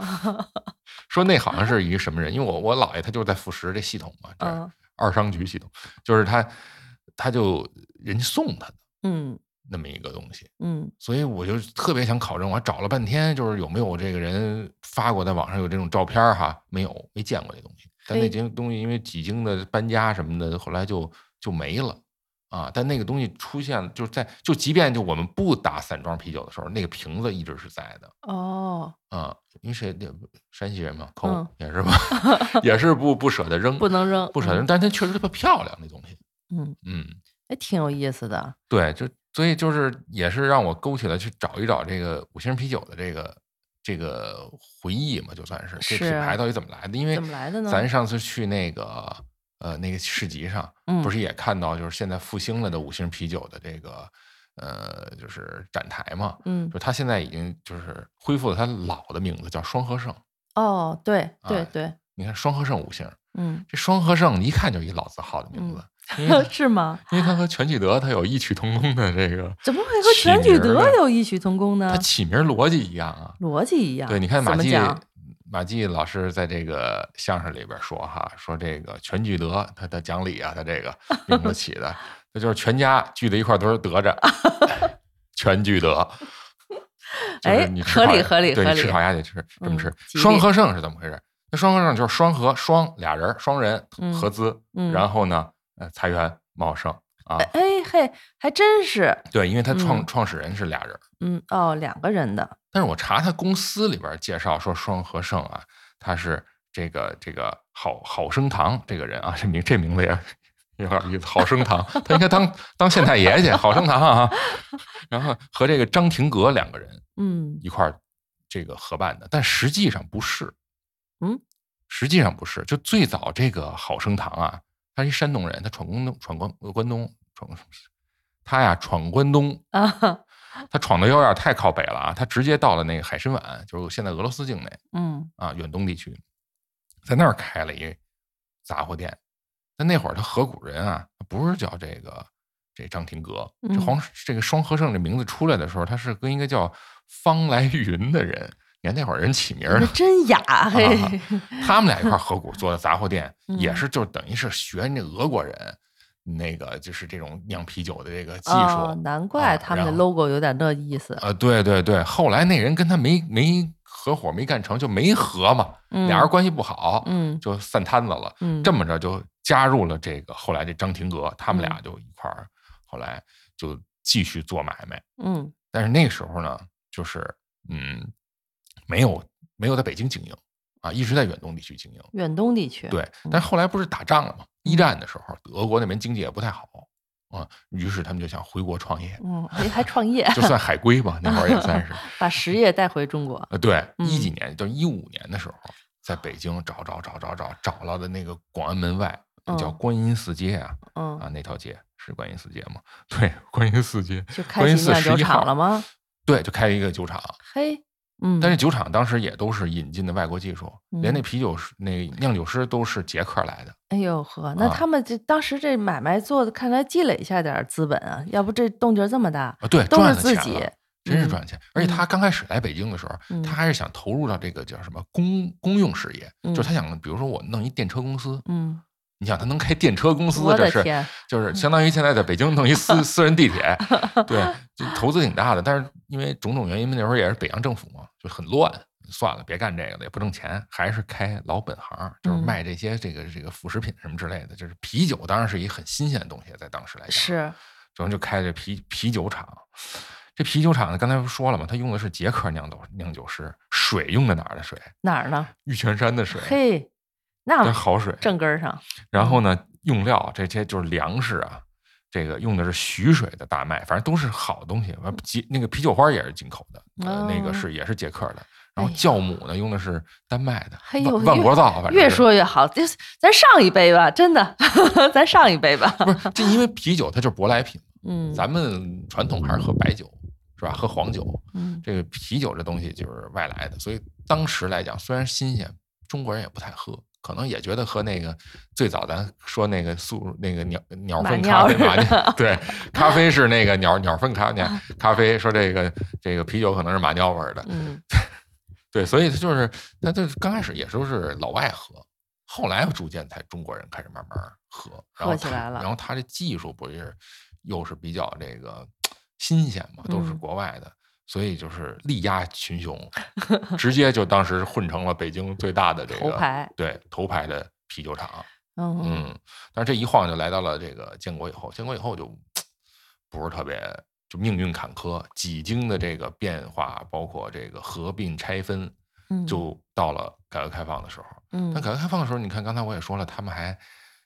B: 说那好像是一个什么人，因为我我姥爷他就是在副食这系统嘛，对，
A: 嗯
B: 二商局系统，就是他他就人家送他的
A: 嗯
B: 那么一个东西。
A: 嗯
B: 所以我就特别想考证，我还找了半天，就是有没有这个人发过在网上有这种照片儿哈？没有，没见过这东西。但那
A: 嘿
B: 件东西因为几经的搬家什么的，后来就就没了啊。但那个东西出现了，就是在就即便就我们不打散装啤酒的时候，那个瓶子一直是在的
A: 哦，
B: 啊。因为谁那山西人嘛，抠、
A: 嗯
B: 也是吧， 也是不不舍得扔，
A: 不能扔，
B: 不舍得扔，但它确实特别漂亮那东西。
A: 嗯，嗯，
B: 嗯，
A: 哎，挺有意思的。
B: 对，就所以就是也是让我勾起了去找一找这个五星啤酒的这个这个回忆嘛，就算是这
A: 是啊
B: 品牌到底怎么来的？因为
A: 怎么来的呢
B: 咱上次去那个呃那个市集上，
A: 嗯，
B: 不是也看到就是现在复兴了的五星啤酒的这个呃就是展台嘛，
A: 嗯
B: 就它现在已经就是恢复了它老的名字叫双和盛。
A: 哦，对对
B: 啊
A: 对，
B: 你看双和盛五星，
A: 嗯，
B: 这双和盛一看就一老字号的名字，因为
A: 是吗？
B: 因为它和全聚德它有异曲同工的 这个
A: 怎么会和
B: 起
A: 全聚
B: 名儿
A: 德
B: 的
A: 有异曲同工呢
B: 它？起名逻辑一样啊。
A: 逻辑一样。
B: 对，你看
A: 嗯
B: 马
A: 怎么
B: 季
A: 讲？，
B: 马季老师在这个相声里边说哈，说这个全聚德，他他讲理啊，他 这个名字起的，那就是全家聚在一块儿都是 德着，全聚德。就是
A: 哎
B: 你吃
A: 合
B: 烤
A: 理
B: 鸭
A: 合理
B: 对，
A: 合
B: 你吃
A: 理
B: 烤鸭得吃这么
A: 嗯
B: 吃。
A: 吉
B: 双
A: 利
B: 和盛是怎么回事？那双和盛就是双和双俩人儿双人
A: 嗯
B: 合资，
A: 嗯
B: 然后呢，呃，财源茂盛啊
A: 哎。哎嘿，还真是，
B: 对，因为他创、
A: 嗯
B: 创始人是俩人儿，
A: 嗯哦，两个人的，
B: 但是我查他公司里边儿介绍说，双和盛啊，他是这个这个好好生堂这个人啊，这名这名字也有点意思，好生堂，他应该当当县太爷去，好生堂啊。 然后和这个张廷格两个人
A: 嗯
B: 一块儿这个合办的，但实际上不是，
A: 嗯，
B: 实际上不是，就最早这个好生堂啊，他是一山东人，他闯关东，闯关呃关东，闯他呀闯关东
A: 啊，
B: 他闯的有点太靠北了啊，他直接到了那个海参崴，就是现在俄罗斯境内
A: 嗯
B: 啊，远东地区，在那儿开了一杂货店。但那会儿他合股人啊，不是叫这个这张廷格，这
A: 嗯
B: 黄这个双和盛这名字出来的时候，他是跟一个叫方来云的人，你看那会儿人起名儿啊
A: 那
B: 呢，
A: 真雅嘿，
B: 他们俩一块儿合股做的杂货店，
A: 嗯
B: 也是就等于是学人家俄国人那个就是这种酿啤酒的这个技术，啊
A: 哦，难怪他们的
B: 然后
A: logo 有点那意思，
B: 啊，对对对，后来那人跟他没没合伙，没干成就没合嘛，
A: 嗯
B: 俩人关系不好，
A: 嗯
B: 就散摊子了。
A: 嗯，
B: 这么着就加入了这个后来这张廷格，他们俩
A: 嗯
B: 就一块儿，后来就继续做买卖。
A: 嗯
B: 但是那个时候呢，就是嗯，没有没有在北京经营啊，一直在远东地区经营。
A: 远东地区，
B: 对，但是后来不是打仗了嘛？
A: 嗯
B: 一战的时候，德国那边经济也不太好啊，于是他们就想回国创业，
A: 嗯，哎还创业，
B: 就算海归吧，那会儿也算是。
A: 把实业带回中国，
B: 呃，对，
A: 嗯
B: 一几年，就一五年的时候，在北京找找找找找找到的那个广安门外
A: 嗯
B: 叫观音寺街啊
A: 嗯
B: 啊，，那条街是观音寺街吗？ 对，观音寺街，
A: 就开
B: 观音
A: 启
B: 寺
A: 酿酒
B: 11号
A: 厂了吗？
B: 对，就开了一个酒厂，
A: 嘿，嗯，
B: 但是酒厂当时也都是引进的外国技术，连那
A: 嗯
B: 啤酒师、那酿酒师都是捷克来的。
A: 哎呦呵，那
B: 啊
A: 他们这当时这买卖做的，看来积累一下点儿资本啊，要不这动静儿这么大，
B: 啊，对，
A: 都
B: 赚
A: 是
B: 了钱
A: 自
B: 了，
A: 己，
B: 真是
A: 嗯
B: 赚了钱。而且他刚开始来北京的时候，
A: 嗯
B: 他还是想投入到这个叫什么公公用事业，
A: 嗯
B: 就是他想，比如说我弄一电车公司，
A: 嗯，
B: 你想他能开电车公司，
A: 我
B: 这
A: 的
B: 是
A: 天，
B: 就是相当于现在在北京弄 一私私人地铁，对，就投资挺大的。但是因为种种原因，那会儿也是北洋政府嘛，就很乱。算了，别干这个了，也不挣钱，还是开老本行，就是
A: 嗯
B: 卖这些这个这个副食品什么之类的。就是啤酒，当然是一很新鲜的东西，在当时来讲
A: 是，
B: 然后就开这啤啤酒厂。这啤酒厂呢，刚才不说了吗？他用的是捷克酿酒酿酒师，水用的哪儿的水？
A: 哪儿呢？
B: 玉泉山的水，
A: 嘿，
B: 这
A: 那
B: 好水。
A: 正根儿上，
B: 然
A: 嗯
B: 后呢，用料啊这些就是粮食啊，这个用的是徐水的大麦，反正都是好东西。完捷那个啤酒花也是进口的，呃，那个
A: 哦
B: 是也是捷克的。然后
A: 哎呀
B: 酵母呢，用的是丹麦的，
A: 嘿呦
B: 万万
A: 越
B: 国造，反正
A: 越
B: 是
A: 说越好，这咱上一杯吧，真的， 咱上一杯吧，
B: 不是这，因为啤酒它就是舶来品，
A: 嗯，
B: 咱们传统还是喝白酒，是吧？喝黄酒，
A: 嗯
B: 这个啤酒这东西就是外来的，所以当时来讲，虽然新鲜，中国人也不太喝，可能也觉得和那个最早咱说那个素那个鸟鸟粪
A: 马
B: 咖啡
A: 尿
B: 嘛，那对，咖啡是那个鸟鸟粪 咖啡，咖啡说这个这个啤酒可能是马尿味儿的，
A: 嗯，
B: 对，所以他就是他就是刚开始也都是老外喝，后来逐渐才中国人开始慢慢喝，然后
A: 喝起
B: 他
A: 来了
B: 然后他这技术不是又是比较这个新鲜嘛，都是
A: 嗯
B: 国外的，所以就是力压群雄，直接就当时混成了北京最大的这个
A: 头牌，
B: 对头牌的啤酒厂。
A: 嗯，
B: 嗯，但是这一晃就来到了这个建国以后，建国以后就不是特别，就命运坎坷，几经的这个变化，包括这个合并拆分，
A: 嗯
B: 就到了改革开放的时候。
A: 嗯
B: 但，改革开放的时候，你看刚才我也说了，他们还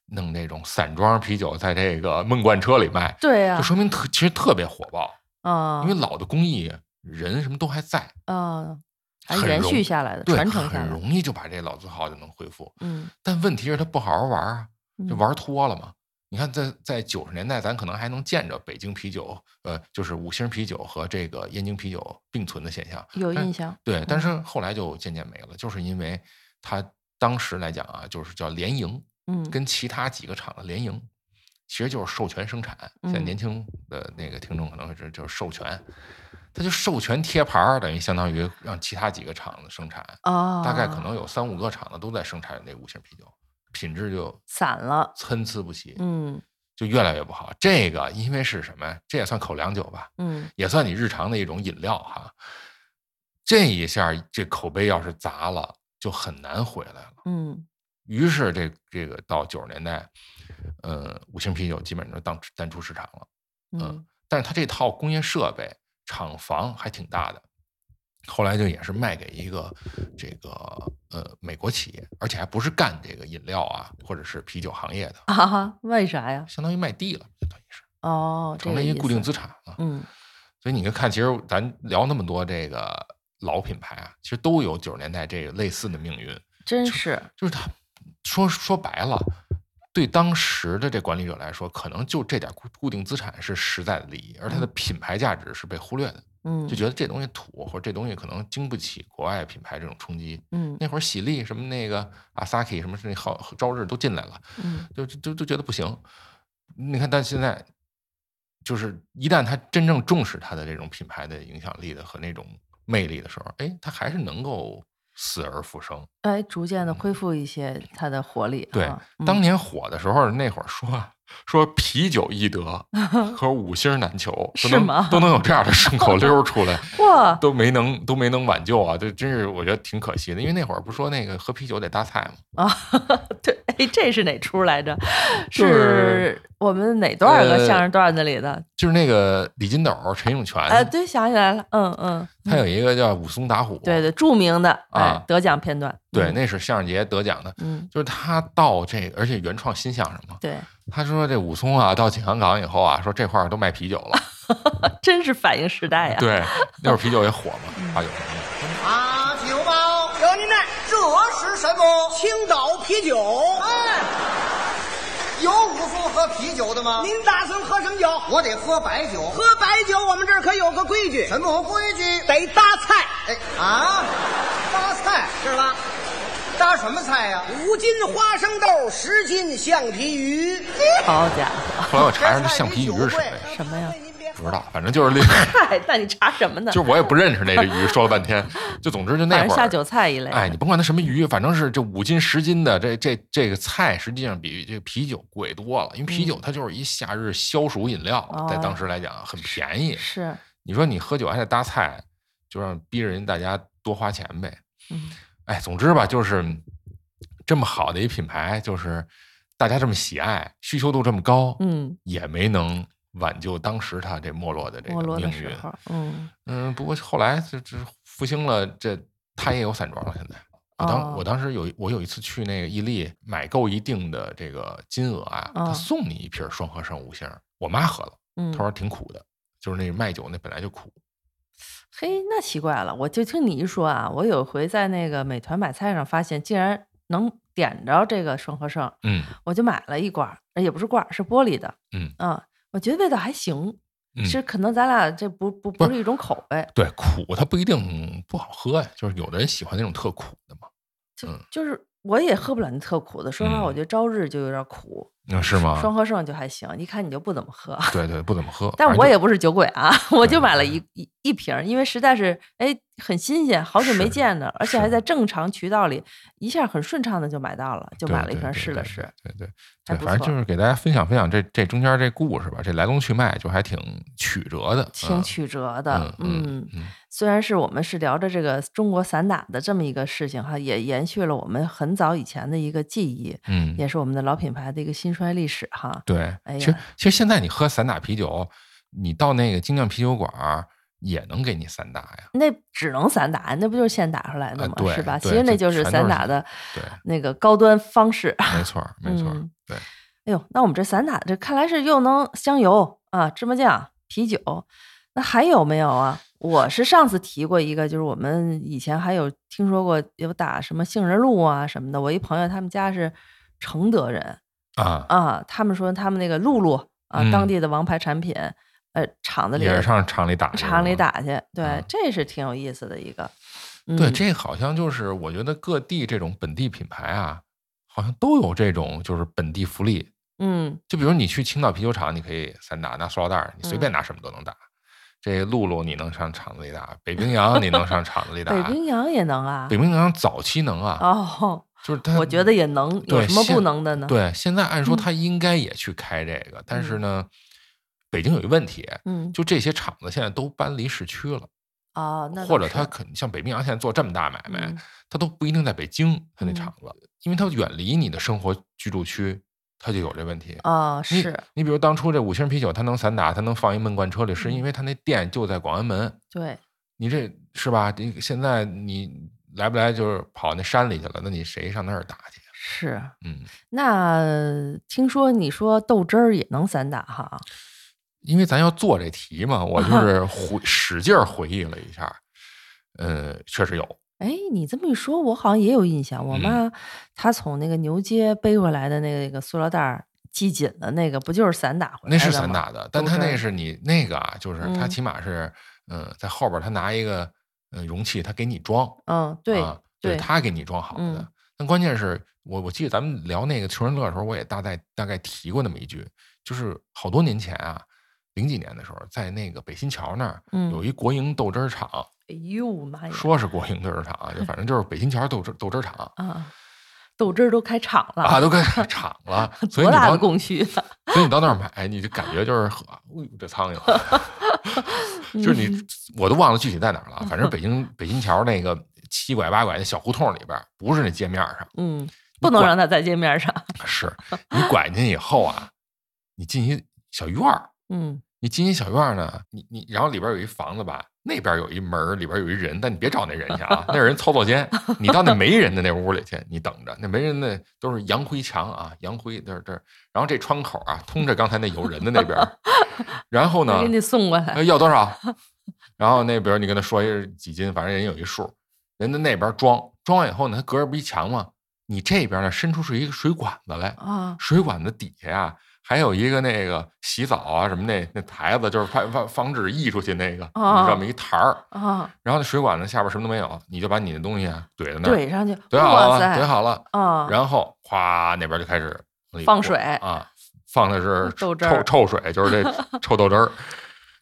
B: 弄那种散装啤酒在这个闷罐车里卖，
A: 对呀
B: 就，说明特其实特别火爆，
A: 啊
B: 因为，老的工艺人什么都还在，
A: 嗯，还
B: 很
A: 延
B: 容
A: 续下来的，
B: 对，
A: 传承下
B: 很
A: 来，
B: 容易就把这老字号就能恢复。
A: 嗯，
B: 但问题是他不好好玩儿啊，就
A: 嗯
B: 玩脱了嘛。你看在，在九十年代，咱可能还能见着北京啤酒，呃，就是五星啤酒和这个燕京啤酒并存的现象。
A: 有
B: 但
A: 印象，
B: 对，但是后来就渐渐没了，就是因为它当时来讲啊，就是叫联营，
A: 嗯，
B: 跟其他几个厂的联营，其实就是授权生产。现在
A: 嗯
B: 年轻的那个听众可能会知道，就是授权，它就授权贴牌儿，等于相当于让其他几个厂子生产，
A: 啊，
B: 哎大概可能有三五个厂子都在生产那五星啤酒，品质就
A: 散了，
B: 参差不齐。
A: 嗯
B: 就越来越不好。这个因为是什么呀？这也算口粮酒吧，
A: 嗯。
B: 也算你日常的一种饮料哈。这一下这口碑要是砸了，就很难回来了。
A: 嗯
B: 于是这这个到九十年代，呃，五星啤酒基本上就当淡出市场了。
A: 嗯
B: 但是它这套工业设备厂房还挺大的，后来就也是卖给一个这个呃美国企业，而且还不是干这个饮料啊或者是啤酒行业的，
A: 啊哈， 为啥呀？
B: 相当于卖地了，相当于是
A: 哦，这
B: 成了
A: 个
B: 一
A: 意
B: 固定
A: 思
B: 资产了。
A: 嗯
B: 所以你就看，其实咱聊那么多这个老品牌啊，其实都有九十年代这个类似的命运，，
A: 真是
B: 就是它说说白了，对当时的这管理者来说，可能就这点固固定资产是实在的利益，而它的品牌价值是被忽略的，
A: 嗯
B: 就觉得这东西土，或者这东西可能经不起国外品牌这种冲击。
A: 嗯
B: 那会儿喜力什么那个阿萨 k 什么那好朝日都进来了，
A: 嗯
B: 就就就就觉得不行。你看，但现在就是一旦他真正重视他的这种品牌的影响力的和那种魅力的时候，哎，他还是能够死而复生。
A: 哎，逐渐的恢复一些它的活力啊。
B: 嗯对
A: 嗯
B: 当年火的时候，那会儿说啊说啤酒 易得，可五星难求，
A: 是
B: 都能
A: 吗
B: 都能有这样的顺口溜儿出来，
A: 哇，
B: 都没能都没能挽救啊！这真是我觉得挺可惜的，因为那会儿不说那个喝啤酒得搭菜吗？
A: 啊，对，哎，这是哪出来着？
B: 就是
A: 我们哪段儿个
B: 呃
A: 相声段子里的？
B: 就是那个李金斗、陈永泉，
A: 哎，对，想起来了，嗯嗯，
B: 他有一个叫武松打虎，
A: 对对，著名的哎
B: 啊
A: 得奖片段，
B: 对，
A: 嗯
B: 那是相声节得奖的，
A: 嗯，
B: 就是他到这，而且原创新相声嘛。
A: 对，
B: 他说这武松啊，到景阳冈以后啊，说这块儿都卖啤酒了，
A: 真是反映时代哎呀，嗯
B: 对，那会儿啤酒也火嘛，八九年的。
C: 啊，酒包，
D: 有您那
C: 这是什么？
D: 青岛啤酒，
C: 哎，有武松喝啤酒的吗？
D: 您打算喝什么酒？
C: 我得喝白酒，
D: 喝白酒，我们这儿可有个规矩，
C: 什么规矩？
D: 得搭菜，
C: 哎啊，搭菜
D: 是吧？
C: 搭什么菜呀、
D: 五斤花生豆，十斤橡皮鱼，
A: 好家伙，
B: 后来我查查这橡皮鱼是什么呀，
A: 什么呀？
B: 不知道，反正就是那，
A: 嗨，那你查什么呢？
B: 就是我也不认识那只鱼，说了半天，就总之就那
A: 反
B: 会
A: 正
B: 儿
A: 下酒菜一类，
B: 哎，你甭管它什么鱼，反正是这五斤十斤的这这这个菜，实际上比这个啤酒贵多了，因为啤酒它就是一夏日消暑饮料，
A: 嗯哦
B: 在当时来讲很便宜。
A: 是，
B: 你说你喝酒还得搭菜，就让逼着人大家多花钱呗。
A: 嗯，
B: 哎，总之吧，就是这么好的一品牌，就是大家这么喜爱，需求度这么高，
A: 嗯，
B: 也没能挽救当时它这没落的这
A: 没
B: 个
A: 落
B: 命
A: 的时
B: 运。
A: 候，嗯，
B: 嗯，不过后来这这复兴了，这它也有散装了。现在我当、
A: 哦
B: 我当时有一我有一次去那个伊利买够一定的这个金额啊，他
A: 哦
B: 送你一瓶双合生五星儿。我妈喝了，
A: 嗯
B: 她，说挺苦的，就是那卖酒那本来就苦。
A: 嘿，那奇怪了，我就听你一说啊，我有回在那个美团买菜上发现，竟然能点着这个双合盛，
B: 嗯
A: 我就买了一罐儿，呃也不是罐儿，是玻璃的，
B: 嗯
A: 啊，我觉得味道还行，
B: 嗯，
A: 是可能咱俩这不不
B: 不
A: 不是一种口味，
B: 对苦它不一定不好喝呀，就是有的人喜欢那种特苦的嘛。
A: 就
B: 嗯
A: 就是我也喝不了那特苦的，说实话，我
B: 嗯
A: 觉得朝日就有点苦，
B: 那啊是吗？
A: 双合盛就还行，一看你就不怎么喝。
B: 对对，不怎么喝。
A: 但
B: 反
A: 我
B: 正
A: 也不是酒鬼啊， 我就
B: 对
A: 买了一一一瓶儿，因为实在是哎很新鲜，好久没
B: 是
A: 见的，而且还
B: 是
A: 在正常渠道里，一下很顺畅的就买到了，就
B: 就
A: 买了一瓶试了试。。
B: 对对对
A: 还
B: 对，
A: 不
B: 反正
A: 错
B: 就是给大家分享分享这这中间这故事吧，这来龙去脉就还挺曲折的，
A: 挺
B: 嗯
A: 曲折的，
B: 嗯
A: 嗯，
B: 嗯
A: 虽然是我们是聊着这个中国散打的这么一个事情哈，也延续了我们很早以前的一个记忆，
B: 嗯，
A: 也是我们的老品牌的一个兴衰历史哈。
B: 对，
A: 哎
B: 其实
A: 呀
B: 其实现在你喝散打啤酒，你到那个精酿啤酒馆儿也能给你散打呀。
A: 那只能散打，那不就是现打出来的
B: 呃
A: 吗？
B: 对
A: 是吧？其
B: 对
A: 实那
B: 这
A: 就是
B: 全都
A: 散
B: 是
A: 打
B: 散
A: 的
B: 对，
A: 那个高端方式。
B: 没错儿，没错儿，
A: 嗯
B: 对，
A: 哎呦，那我们这散打这看来是又能香油啊、芝麻酱、啤酒，那还有没有啊？我是上次提过一个，就是我们以前还有听说过有打什么杏仁露啊什么的。我一朋友他们家是承德人
B: 啊，
A: 啊，他们说他们那个露露啊，
B: 嗯
A: 当地的王牌产品，呃，厂子里
B: 也是上厂里打，
A: 厂里。打去，对，
B: 嗯
A: 这是挺有意思的一个。嗯、
B: 对，这好像就是我觉得各地这种本地品牌啊，好像都有这种就是本地福利。
A: 嗯
B: 就比如你去青岛啤酒厂，你可以散打，拿塑料袋儿，你随
A: 嗯
B: 便拿什么都能打。这露露你能上厂子里打，北冰洋你能上厂子里打，
A: 北冰洋也能啊
B: 北？冰洋早期能啊，
A: 哦，
B: 就是它
A: 我觉得也能，有
B: 对
A: 什么不
B: 现
A: 能的呢？
B: 对，现在按
A: 嗯
B: 说他应该也去开这个，但是呢，北京有一问题，
A: 嗯，
B: 就这些厂子现在都搬离市区了，
A: 哦，那
B: 或
A: 倒
B: 者
A: 是
B: 他肯像北冰洋现在做这么大买卖
A: 嗯，
B: 他都不一定在北京，他那
A: 嗯
B: 厂子，因为他远离你的生活居住区，他就有这问题。
A: 哦，
B: 你
A: 是
B: 你比如当初这五星啤酒，它能散打，它能放一闷罐车里，
A: 嗯
B: 是因为它那店就在广安门，
A: 对，
B: 你这是吧？这个现在你来不来就是跑那山里去了，那你谁上那儿打去？
A: 是。
B: 嗯。
A: 那听说你说豆汁儿也能散打哈？
B: 因为咱要做这题嘛，我
A: 嗯
B: 就是回使劲儿回忆了一下，呃，确实有，
A: 哎，你这么一说，我好像也有印象。我
B: 嗯
A: 妈她从那个牛街背回来的那个塑料袋儿系紧的那个，不就是散打回来的
B: 那
A: 吗？
B: 是散打的，但
A: 都
B: 他
A: 这
B: 那
A: 样
B: 是你那个啊，就是他
A: 嗯
B: 起码是，呃，在后边他拿一个呃容器，他给你装，
A: 嗯，对
B: 啊，对
A: 对
B: 他给你装好的
A: 嗯。
B: 但关键是我我记得咱们聊那个穷人乐的时候，我也大概大概提过那么一句，就是好多年前啊，零几年的时候，在那个北新桥那儿
A: 嗯
B: 有一国营豆汁儿厂，
A: 哎呦妈呀！
B: 说是国营豆汁儿厂啊，就反正就是北新桥豆汁豆汁儿厂。
A: 啊，豆汁儿都开厂了，
B: 啊，都快 敞了，所以
A: 多
B: 你
A: 大
B: 到
A: 的供需啊呢？
B: 所以你到那儿买，你就感觉就是，呵，哎呦，这苍蝇， 就是你，我都忘了具体在哪儿了。反正北京北京桥那个七拐八拐的小胡同里边儿，不是那街面儿上，
A: 嗯，不能让它在街面上。
B: 是你拐进去以后啊，你进一小院儿，
A: 嗯
B: 你进一小院儿呢，你你然后里边有一房子吧，那边有一门儿，里边有一人，但你别找那人去啊，那人操作间，你到那没人的那屋里去，你等着，那没人的都是洋灰墙啊，洋灰这儿这儿，然后这窗口啊通着刚才那有人的那边儿，然后呢
A: 我，给你送过
B: 呃
A: 来。
B: 要多少？然后那比如你跟他说一几斤，反正人有一数，人家那边装装完以后呢，他隔着不一墙吗？你这边呢伸出是一个水管子来，
A: 啊，
B: 水管子底下呀、还有一个那个洗澡啊什么那那台子，就是防防防止溢出去那个，
A: 哦
B: 你这么一台儿。
A: 啊，
B: 然后那水管子下边什么都没有，你就把你的东西啊怼在那儿，啊
A: 怼上去，
B: 怼好
A: 哇
B: 了，怼
A: 塞，
B: 好了，
A: 啊，
B: 然后咵那边就开始往里
A: 放
B: 泼
A: 水
B: 啊，放的是
A: 豆汁
B: 臭
A: 儿
B: 臭水，就是 这臭豆汁儿。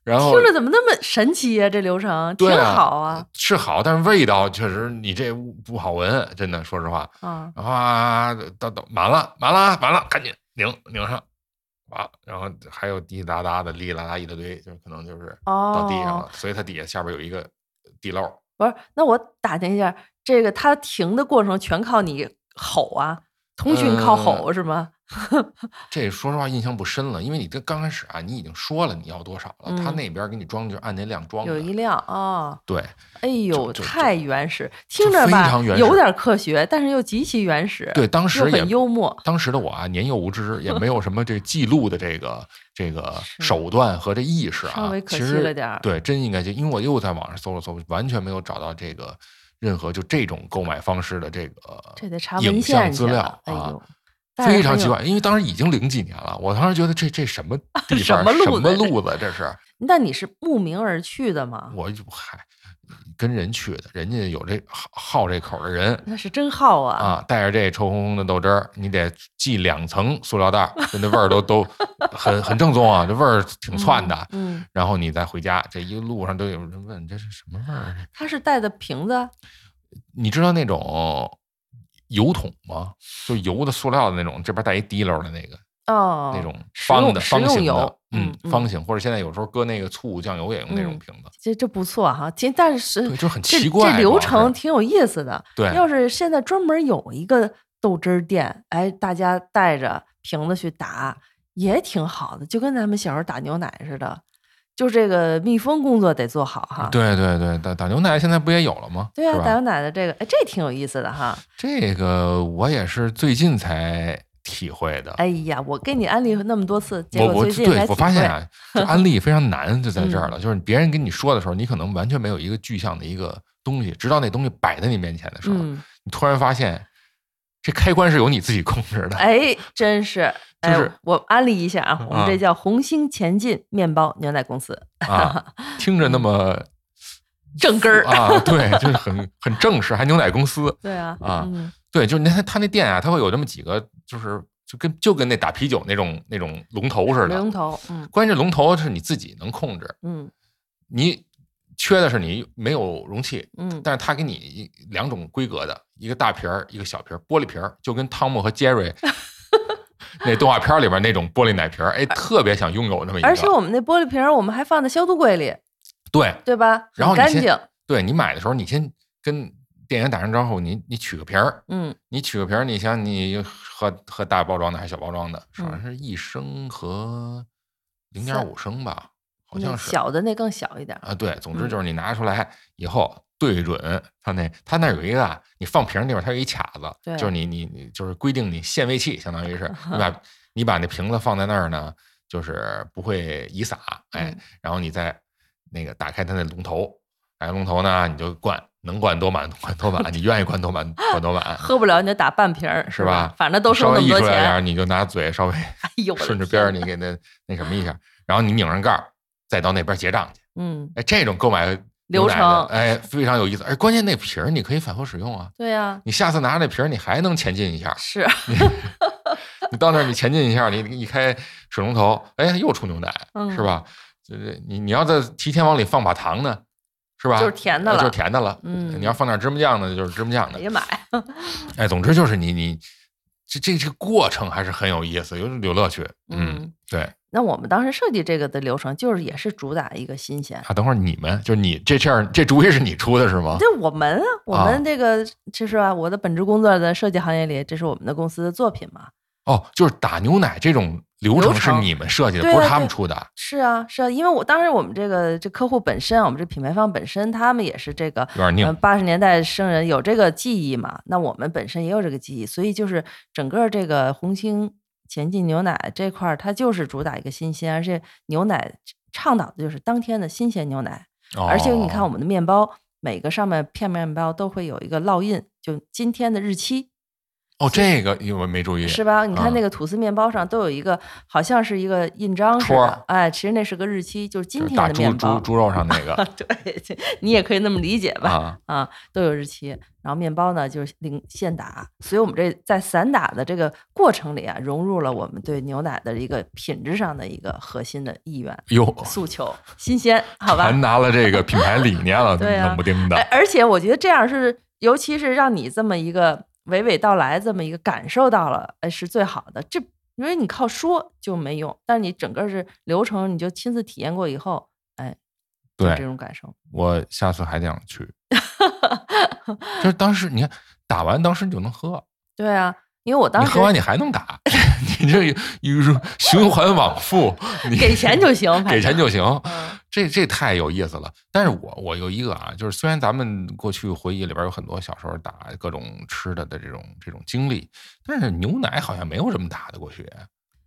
B: 然后
A: 听着怎么那么神奇呀、这流程挺
B: 对啊
A: 好啊，
B: 是好，但是味道确实你这屋不好闻，真的，说实话。
A: 啊，
B: 然后啊，到到满了，满了，满了，赶紧拧拧上，啊，然后还有滴滴答答的，哩哩啦啦一大堆，就是可能就是到地上了，
A: 哦，
B: 所以它底下下边有一个地漏。
A: 不是，那我打听一下，这个它停的过程全靠你吼啊，通讯靠
B: 呃
A: 吼、是吗？
B: 这说实话印象不深了，因为你这刚开始啊，你已经说了你要多少了，他
A: 嗯
B: 那边给你装就按那量装的，
A: 有一辆啊、哦，
B: 对，
A: 哎呦，
B: 就就
A: 太原始，听着
B: 非
A: 吧
B: 常原，始
A: 有点科学，但是又极其原始，
B: 对，当
A: 又
B: 时也
A: 很幽默，
B: 当时的我啊，年幼无知，也没有什么这记录的这 个这个
A: 是
B: 手段和这意识啊，
A: 稍微可
B: 其
A: 惜
B: 实
A: 了点儿
B: 对，真应该就因为我又在网上搜了搜，完全没有找到这个任何就这种购买方式的这个
A: 这得查文
B: 影像
A: 献
B: 资
A: 去
B: 料
A: 了，哎
B: 啊
A: 呦，，但是
B: 非常
A: 很有
B: 奇怪，因为当时已经零几年了，我当时觉得这 这什么地
A: 什
B: 方
A: 么路
B: 什么
A: 子
B: 路子这 是，
A: 那你是慕名而去的吗？
B: 我就嗨跟人去的，人家有这好好这口的人，
A: 那是真好啊！
B: 啊，带着这臭烘烘的豆汁儿，你得系两层塑料袋儿，就那味儿都 都很很正宗啊，这味儿挺窜的。
A: 嗯，
B: 然后你再回家，这一路上都有人问这是什么味儿？
A: 他是带的瓶子，
B: 你知道那种油桶吗？就油的塑料的那种，这边带一滴溜儿的那个、
A: 哦，
B: 那种
A: 食
B: 方
A: 用
B: 的
A: 食
B: 方
A: 用
B: 形的
A: 油，
B: 嗯
A: 嗯，嗯
B: 方形，或者现在有时候搁那个醋酱油也用那种
A: 嗯
B: 瓶子，
A: 这这不错哈、其实但是
B: 对，就是很
A: 这
B: 奇怪嘛。
A: 这流程
B: 是
A: 挺有意思的。
B: 对，
A: 要是现在专门有一个豆汁儿店，哎，大家带着瓶子去打，也挺好的，就跟咱们小时候打牛奶似的。就这个密封工作得做好哈。
B: 对对对，打打牛奶现在不也有了吗？
A: 啊对啊
B: 是，吧
A: 打牛奶的这个，哎，这挺有意思的哈。
B: 这个我也是最近才体会的。
A: 哎呀，我给你安利那么多次，结
B: 我
A: 果
B: 我
A: 最近
B: 对
A: 才
B: 我
A: 体
B: 发
A: 会嗯
B: 现啊，这安利非常难，就在这儿了。就是别人跟你说的时候，你可能完全没有一个具象的一个东西，直到那东西摆在你面前的时候，
A: 嗯，
B: 你突然发现这开关是由你自己控制的。
A: 哎，真是，哎，
B: 就是
A: 我安利一下啊，我们这
B: 啊
A: 叫红星前进面包牛奶公司，
B: 啊，听着那么
A: 正 根儿。
B: 啊，对，就是很很正式，还牛奶公司。
A: 对啊，
B: 啊
A: 嗯，
B: 对，就是那他他那店啊，他会有这么几个，就是就跟就跟那打啤酒那种那种龙头似
A: 龙
B: 的。
A: 头，嗯
B: 关键龙头是你自己能控制，
A: 嗯
B: 你缺的是你没有容器，
A: 嗯，
B: 但是他给你一两种规格的，一个大瓶儿，一个小瓶儿，玻璃瓶儿，就跟汤姆和杰 瑞那动画片儿里边那种玻璃奶瓶儿，哎，特别想拥有那么一
A: 而且
B: 个。
A: 我们那玻璃瓶儿我们还放在消毒柜里，
B: 对
A: 对吧？
B: 然后
A: 很
B: 你
A: 干
B: 先
A: 净，
B: 对，你买的时候你先跟店员打声招呼，你你取个瓶儿，
A: 嗯，
B: 你取个瓶儿，你想你喝喝大包装的还是小包装的？好
A: 嗯
B: 像是一升和零点五升吧，好
A: 那
B: 像是
A: 小的那更小一点儿，
B: 啊，对，总之
A: 嗯
B: 就是你拿出来以后对准它那，它那儿有一个啊，你放瓶儿地方它有一卡子，
A: 对
B: 就是你你你就是规定你限位器，相当 于是你把你把那瓶子放在那儿呢，就是不会移洒，哎
A: 嗯，，
B: 然后你再那个打开它那龙头，打开龙头呢你就灌，能灌多满灌多满，你愿意灌多满灌多 满
A: 喝不了你就打半瓶儿，
B: 是
A: 吧
B: 吧？？
A: 反正都
B: 稍
A: 收那么
B: 微溢
A: 多
B: 出来 点儿，
A: 钱，
B: 你就拿嘴稍微
A: 哎呦，我的
B: 顺着
A: 天
B: 边儿你给那那什么一下，然后你拧上盖儿，再到那边结账去。
A: 嗯，
B: 哎，这种购买牛奶的
A: 流程
B: 哎，非常有意思。哎，关键那瓶儿你可以反复使用啊，
A: 对呀，
B: 你下次拿着那瓶儿，你还能前进一下。
A: 是，
B: 你到那儿你前进一下，你你一开水龙头，哎，又出牛奶，
A: 嗯
B: 是吧？就是你你要再提前往里放把糖呢，是吧？哎
A: 就是甜的了
B: 就是甜的了。
A: 嗯
B: 你要放点芝麻酱呢，就是芝麻酱的。
A: 别买，
B: 哎，总之就是你你这这这个过程还是很有意思，有有乐趣。嗯，
A: 嗯
B: 对
A: 那我们当时设计这个的流程，就是也是主打一个新鲜。
B: 啊。等会儿你们就是你这事儿，这主意是你出的是吗？
A: 这我们啊，我
B: 啊
A: 们这个就是啊，我的本职工作在设计行业里，这是我们的公司的作品嘛。
B: 哦，就是打牛奶这种流程
A: 流
B: 是
A: 程
B: 你们设计的，
A: 对
B: 不是
A: 对
B: 他们
A: 对
B: 出的。
A: 是啊，是啊，因为我当时我们这个这客户本身，啊我们这品牌方本身，他们也是这个
B: 有点拧
A: 嗯，八十年代生人有这个记忆嘛，那我们本身也有这个记忆，所以就是整个这个红星前进牛奶这块儿，它就是主打一个新鲜，而且牛奶倡导的就是当天的新鲜牛奶。
B: 哦
A: 而且你看我
B: 们
A: 们的面包，每个上面片面包都会有一个烙印，就今天的日期
B: 哦，这个因为我没注意，
A: 是吧？你看那
B: 嗯
A: 个吐司面包上都有一个，好像是一个印章似的
B: 戳儿，
A: 哎，其实那是个日期，就是今
B: 就是
A: 天
B: 打
A: 的
B: 猪
A: 面
B: 猪
A: 包。
B: 猪肉上那个
A: 对， 你也可以那么理解吧。
B: 啊，
A: 啊，都有日期。然后面包呢，就是零现打，所以我们这在散打的这个过程里啊，融入了我们对牛奶的一个品质上的一个核心的意愿
B: 哟，
A: 诉求，新鲜，好 吧
B: 传？达了这个品牌理念 了，
A: 对啊
B: 冷不丁的
A: 哎，而且我觉得这样是，尤其是让你这么一个娓娓道来，这么一个感受到了，哎，是最好的。这因为你靠说就没用，但是你整个是流程，你就亲自体验过以后，哎，就
B: 对
A: 这种感受，
B: 我下次还得想 去。就是当时你看打完，当时你就能喝，
A: 对啊，因为我当
B: 你
A: 时
B: 喝完你还能打， 你这于是循环往 复，你
A: 给钱就行，反
B: 给钱
A: 正
B: 就行。
A: 嗯。
B: 这这太有意思了，但是我我有一个啊，就是虽然咱们过去回忆里边有很多小时候打各种吃的的这种这种经历，但是牛奶好像没有这么打的过去，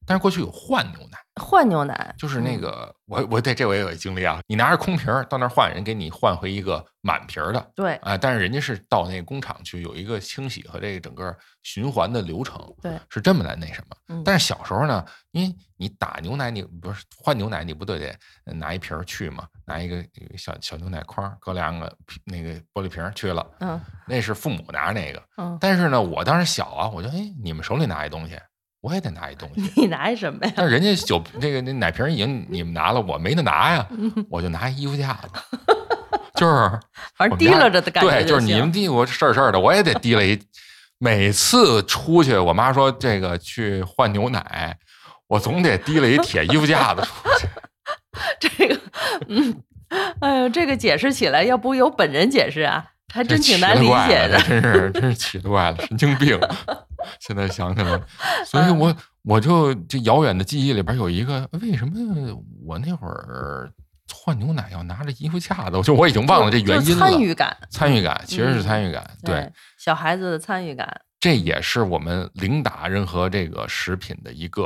B: 但是过去有换牛奶，
A: 换牛奶，
B: 就是那
A: 嗯
B: 个、我我对这我也有经历啊，你拿着空瓶儿到那儿换，人给你换回一个满瓶儿的，
A: 对
B: 啊，但是人家是到那个工厂去有一个清洗和这个整个循环的流程，
A: 对，
B: 是这么来那什么。
A: 嗯
B: 但是小时候呢，因为你打牛奶，你不是换牛奶，你不都得拿一瓶儿去嘛，拿一个一个小小牛奶筐儿，搁两个瓶那个玻璃瓶儿去了，
A: 嗯
B: 那是父母拿那个。
A: 嗯，
B: 但是呢，我当时小啊，我就哎，你们手里拿一东西，我也得拿一东 西。
A: 你拿一什么呀？
B: 但是人家酒那个那奶瓶儿已经你们拿了，我没得拿 呀，我就拿一衣服架子，就是。
A: 反正
B: 我们
A: 提
B: 家
A: 溜着的感觉
B: 对，就是你
A: 行
B: 们嘀咕事儿事儿的，我也得提了一。每次出去，我妈说这个去换牛奶，我总得提了一铁衣服架子出去。
A: 这个，嗯，哎呦，这个解释起来，要不由本人解释啊，还 真挺难理解的。
B: 这奇了怪了这真是真是奇了怪了，神经病。 现在想起来，所以
A: 嗯
B: 我我就这遥远的记忆里边有一个，为什么我那会儿换牛奶要拿着衣服架子？我就我已经忘了这原
A: 就
B: 因
A: 是
B: 了。
A: 参与感，
B: 参与感其实是
A: 嗯
B: 参与感，对。
A: 小孩子的参与感，
B: 这也是我们零打任何这个食品的一个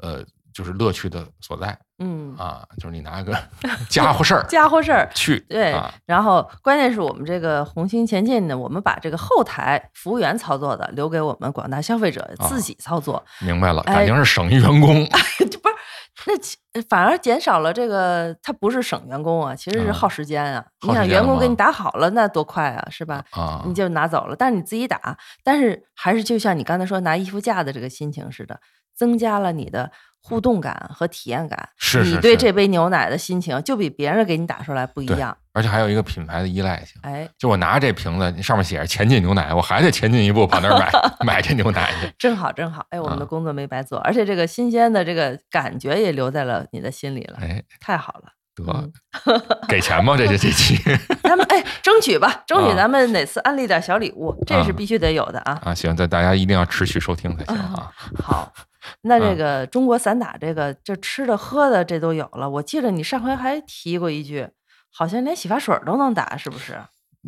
B: 呃，就是乐趣的所在
A: 嗯，
B: 啊，就是你拿个 家伙事儿
A: 家伙事儿。
B: 去，
A: 对
B: 啊，，
A: 然后关键是我们这个红星前进呢，我们把这个后台服务员操作的留给我们广大消费者
B: 啊
A: 自己操作，
B: 明白了，
A: 哎
B: 感情是省一员 工，
A: 就不是那其反而减少了这个，它不是省员工啊，其实是
B: 啊
A: 耗时间啊。你
B: 耗时
A: 想
B: 间
A: 员工
B: 吗
A: 给你打好了，那多快啊，是吧？
B: 啊
A: 你就拿走了，但是你自己打，但是还是就像你刚才说拿衣服架的这个心情似的，增加了你的互动感和体验感。
B: 是是
A: 你对
B: 是
A: 这杯牛奶的心情就比别人给你打出来不一
B: 对
A: 样。
B: 而且还有一个品牌的依赖性。
A: 哎，
B: 就我拿这瓶子，上面写着“前进牛奶”，我还得前进一步跑那 儿买买这牛奶去。
A: 正好正好，哎，我们的
B: 啊
A: 工作没白做，而且这个新鲜的这个感觉也留在了你的心里了，
B: 哎，
A: 太好了。嗯
B: 得给钱吗？这这这 期
A: 咱们哎，争取吧，争
B: 啊
A: 取咱们哪次安利点小礼物，这是必须得有的啊。
B: 啊，行，这大家一定要持续收听才行
A: 嗯
B: 啊。
A: 好，那这个中国散打这个这吃的喝的这都有了，我记得你上回还提过一句，好像连洗发水都能打，是不是？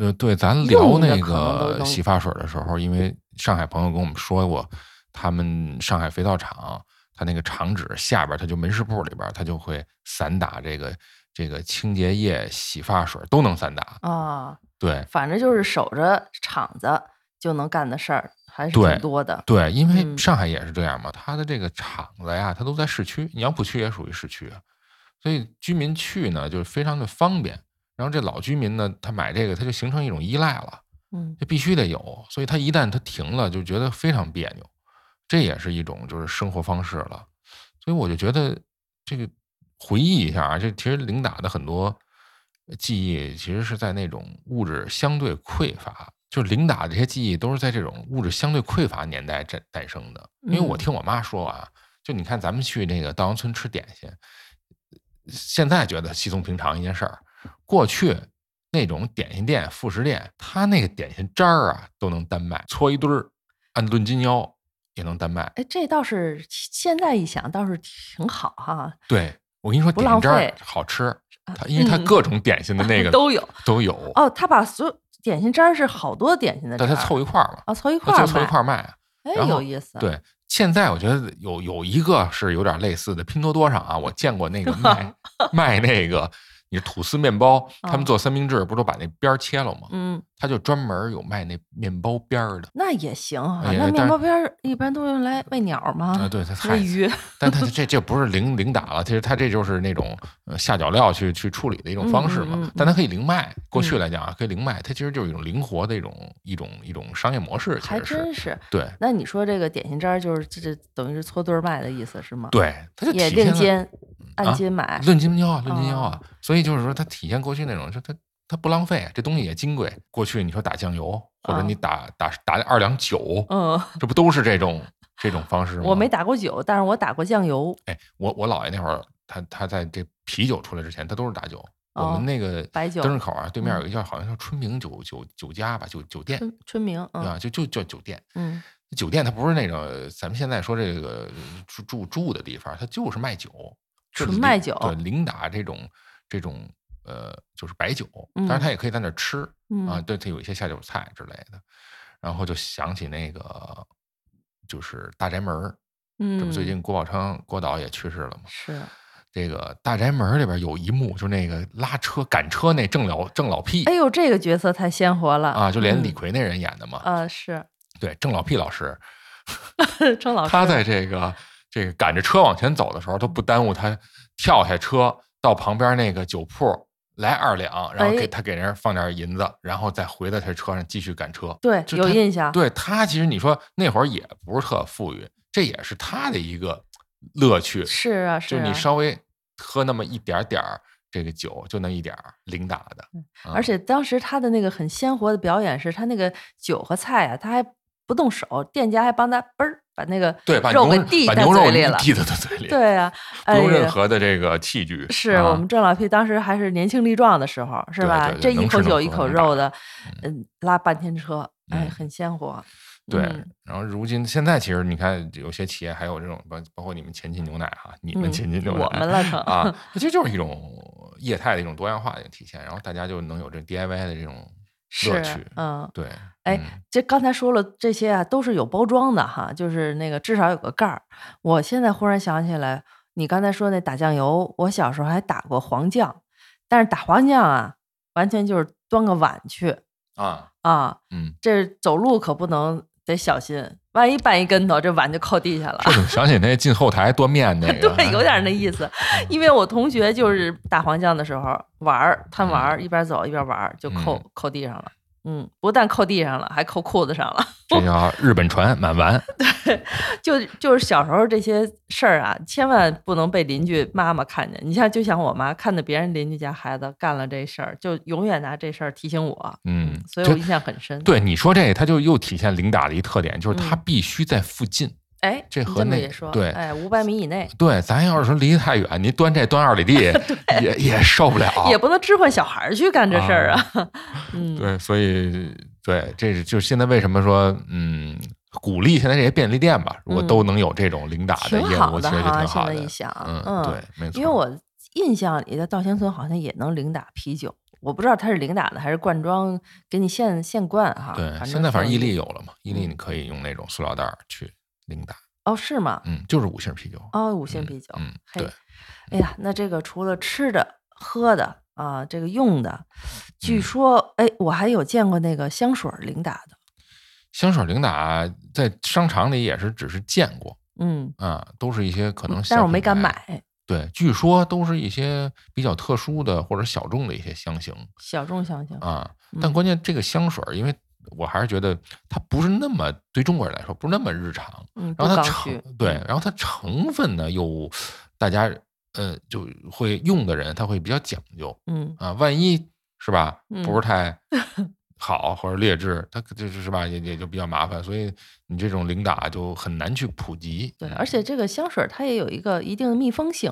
B: 呃，对，咱聊
A: 用的
B: 那
A: 可能都
B: 个
A: 都
B: 洗发水的时候，因为上海朋友跟我们说过，他们上海肥皂厂，它那个厂址下边儿，它就门市部里边儿，它就会散打这个这个清洁液、洗发水都能散打。
A: 啊，
B: 对
A: 反正就是守着场子就能干的事儿还是
B: 对
A: 挺多的。
B: 对，因为
A: 嗯
B: 上海也是这样嘛，它的这个厂子呀，它都在市区，你要不去也属于市区，啊所以居民去呢就是非常的方便。然后这老居民呢，他买这个，他就形成一种依赖了。
A: 嗯，
B: 这必须得有，所以他一旦他停了，就觉得非常别扭，这也是一种就是生活方式了。所以我就觉得这个回忆一下啊，这其实零打的很多记忆其实是在那种物质相对匮乏，就是零打这些记忆都是在这种物质相对匮乏年代诞诞生的。因为我
A: 嗯
B: 听我妈说啊，就你看咱们去那个稻香村吃点心，现在觉得稀松平常一件事儿，过去。那种点心店、副食店，它那个点心渣儿啊，都能单卖，搓一堆儿，按论斤腰也能单卖。
A: 哎，这倒是现在一想倒是挺好哈，
B: 对我跟你说，
A: 不
B: 点心
A: 浪
B: 渣儿
A: 费啊嗯
B: 好吃，它因为它各种点心的 那个
A: 都有
B: 都有，
A: 哦。他把所有点心渣儿是好多点心的渣
B: 但
A: 儿，
B: 它凑一块儿嘛，
A: 哦凑一块
B: 它
A: 儿
B: 凑一
A: 卖
B: 块儿卖。
A: 哎，
B: 然后
A: 有意思。，
B: 对，现在我觉得有有一个是有点类似的，拼多多上啊，我见 过那个卖卖那个你吐司面包，他们
A: 嗯
B: 做三明治不都把那边儿切了吗？
A: 嗯，
B: 他就专门有卖那面包边儿的。
A: 那也行啊。
B: 也
A: 那
B: 但
A: 面
B: 是
A: 包边儿一般都用来喂鸟儿吗？
B: 啊，对，它
A: 喂
B: 太
A: 鱼。
B: 但他这这不是零零打了，其实他这就是那种呃下脚料去去处理的一种方式嘛。
A: 嗯嗯嗯
B: 但它可以零卖，过去
A: 嗯
B: 来讲啊，可以零卖，它其实就是一种灵活的一种一种一种商业模式，其
A: 还
B: 实是
A: 真是。
B: 对
A: 那你说这个点心渣儿就是这这等于是搓堆儿卖的意思是吗？，
B: 对，它就
A: 也
B: 体
A: 另哦
B: 现了
A: 斤按
B: 啊
A: 斤买。
B: 论斤腰啊，论斤腰啊。所以就是说，它体现过去那种，就它它不浪费，这东西也金贵。过去你说打酱油，或者
A: 啊
B: 你打打打二两酒，
A: 嗯，
B: 这不都是这种这种方式吗？
A: 我没打过酒，但是我打过酱油。
B: 哎，我我姥爷那会儿，他他在这啤酒出来之前，他都是打酒。哎我
A: 哦
B: 们那个
A: 白酒嗯
B: 灯市口啊，对面有一叫好像叫春明酒酒酒家吧，酒酒店
A: 春春明，嗯
B: 啊，就就叫酒店。
A: 嗯，
B: 酒店它不是那种咱们现在说这个住住住的地方，它就是卖酒，就是
A: 纯
B: 零
A: 卖酒
B: 对，零打这种这种呃就是白酒，
A: 嗯
B: 当然它也可以在那儿吃、
A: 嗯
B: 啊，对，它有一些下酒菜之类的。然后就想起那个就是大宅门儿，这不最
A: 嗯
B: 近郭宝昌郭导也去世了嘛，
A: 是
B: 这个大宅门里边有一幕，就是那个拉车赶车那郑老郑老屁
A: 哎呦，这个角色太鲜活了
B: 啊，就连李
A: 嗯
B: 逵那人演的嘛。
A: 啊是
B: 对，郑老屁老师，
A: 郑老师，
B: 他在这个这个赶着车往前走的时候，都不耽误他跳下车到旁边那个酒铺来二两，然后
A: 哎
B: 给他给人放点银子，然后再回到他车上继续赶车。
A: 对
B: 就
A: 有
B: 他
A: 印象，
B: 对他其实你说那会儿也不是特富裕，这也是他的一个乐趣，
A: 是啊是
B: 就
A: 啊
B: 你，稍微喝那么一点儿点儿这个酒，就那一点儿零打的，啊
A: 嗯而且当时他的那个很鲜活的表演是，他那个酒和菜啊，他还不动手，店家还帮他嘣儿把那个
B: 对，把
A: 肉
B: 牛
A: 给递
B: 把
A: 在
B: 牛肉
A: 嘴里了，
B: 递到他嘴里，，
A: 对啊，
B: 不
A: 哎
B: 用任
A: 呀。
B: 何的这个器具。
A: 是
B: 啊
A: 我们郑老屁当时还是年轻力壮的时候，是
B: 对
A: 吧
B: 对？对
A: 这
B: 能
A: 一
B: 吃
A: 口
B: 能
A: 酒一
B: 喝
A: 口
B: 能
A: 肉的，嗯，拉半天车，哎，
B: 嗯
A: 很鲜活。
B: 对
A: 嗯，
B: 然后如今现在其实你看，有些企业还有这种，包包括你们前进牛奶哈，你们
A: 嗯
B: 前进牛奶，
A: 我们 了成
B: 啊，这就是一种业态的一种多样化的一个体现，然后大家就能有这 DIY 的这种乐
A: 是
B: 趣，
A: 嗯，
B: 对，嗯
A: 哎，这刚才说了这些啊，都是有包装的哈，就是那个至少有个盖儿。我现在忽然想起来，你刚才说那打酱油，我小时候还打过黄酱，但是打黄酱啊，完全就是端个碗去
B: 啊，
A: 啊，
B: 嗯，
A: 这走路可不能得小心，万一绊一跟头，这碗就扣地下了。
B: 这种想起那进后台端面那个，
A: 对，有点那意思。 因为我同学就是打黄酱的时候玩儿，贪玩儿，一边走一边玩儿，就扣、
B: 嗯
A: 扣地上了。嗯，不但扣地上了，还扣裤子上了。
B: 这叫日本船满丸，
A: 就就是小时候这些事儿啊，千万不能被邻居妈妈看见。你像就像我妈看到别人邻居家孩子干了这事儿，就永远拿这事儿提醒我。
B: 嗯
A: 所以我
B: 这
A: 印象很深。，
B: 对你说这个，它就又体现零打的一特点，就是它
A: 嗯
B: 必须在附近。
A: 哎，
B: 这
A: 你
B: 和
A: 这么
B: 那
A: 一说，
B: 对
A: 哎，五百米以内、
B: 对，咱要是说离得太远，您端这端二 里地也也受不了，
A: 也不能支唤小孩儿去干这事儿啊。嗯，
B: 对，所以对，这是就是现在为什么说，嗯，鼓励现在这些便利店吧，如果
A: 嗯
B: 都能有这种零打
A: 挺
B: 业
A: 好
B: 务，
A: 的
B: 其实就
A: 哈。
B: 挺
A: 现
B: 好
A: 在
B: 的。
A: 一想，
B: 嗯，对，没错。
A: 因为我啊印象里的稻香村好像也能零打啤酒，我不知道它是零打的还是罐装给你现现灌哈。
B: 对
A: 正
B: 现在反正
A: 挺
B: 伊
A: 有
B: 利
A: 意
B: 有了嘛，伊利
A: 嗯
B: 你可以用那种塑料袋儿去零打，
A: 哦，是吗？
B: 嗯，就是五星啤酒。
A: 哦，五星
B: 嗯
A: 啤酒，
B: 嗯
A: 嘿
B: 对
A: 哎呀，那这个除了吃的、喝的啊，这个用的，据
B: 嗯
A: 说，哎，我还有见过那个香水儿零打的，
B: 香水零打在商场里也是只是见过
A: 嗯，
B: 啊，都是一些可能，
A: 但是我没敢。买，
B: 对，据说都是一些比较特殊的或者小众的一些香型，
A: 小众香型，
B: 啊。但
A: 嗯
B: 关键这个香水儿，因为我还是觉得它不是那么对中国人来说不是那么日常，
A: 嗯，不
B: 然后它
A: 刚
B: 成
A: 需，
B: 对，然后它成分呢又大家呃，就会用的人他会比较讲究
A: 嗯
B: 啊，万一是吧，
A: 嗯
B: 不是 太好或者劣质，他可就是是吧，也也就比较麻烦，所以你这种零打就很难去普及。
A: 对，
B: 嗯
A: 而且这个香水儿它也有一个一定的密封性，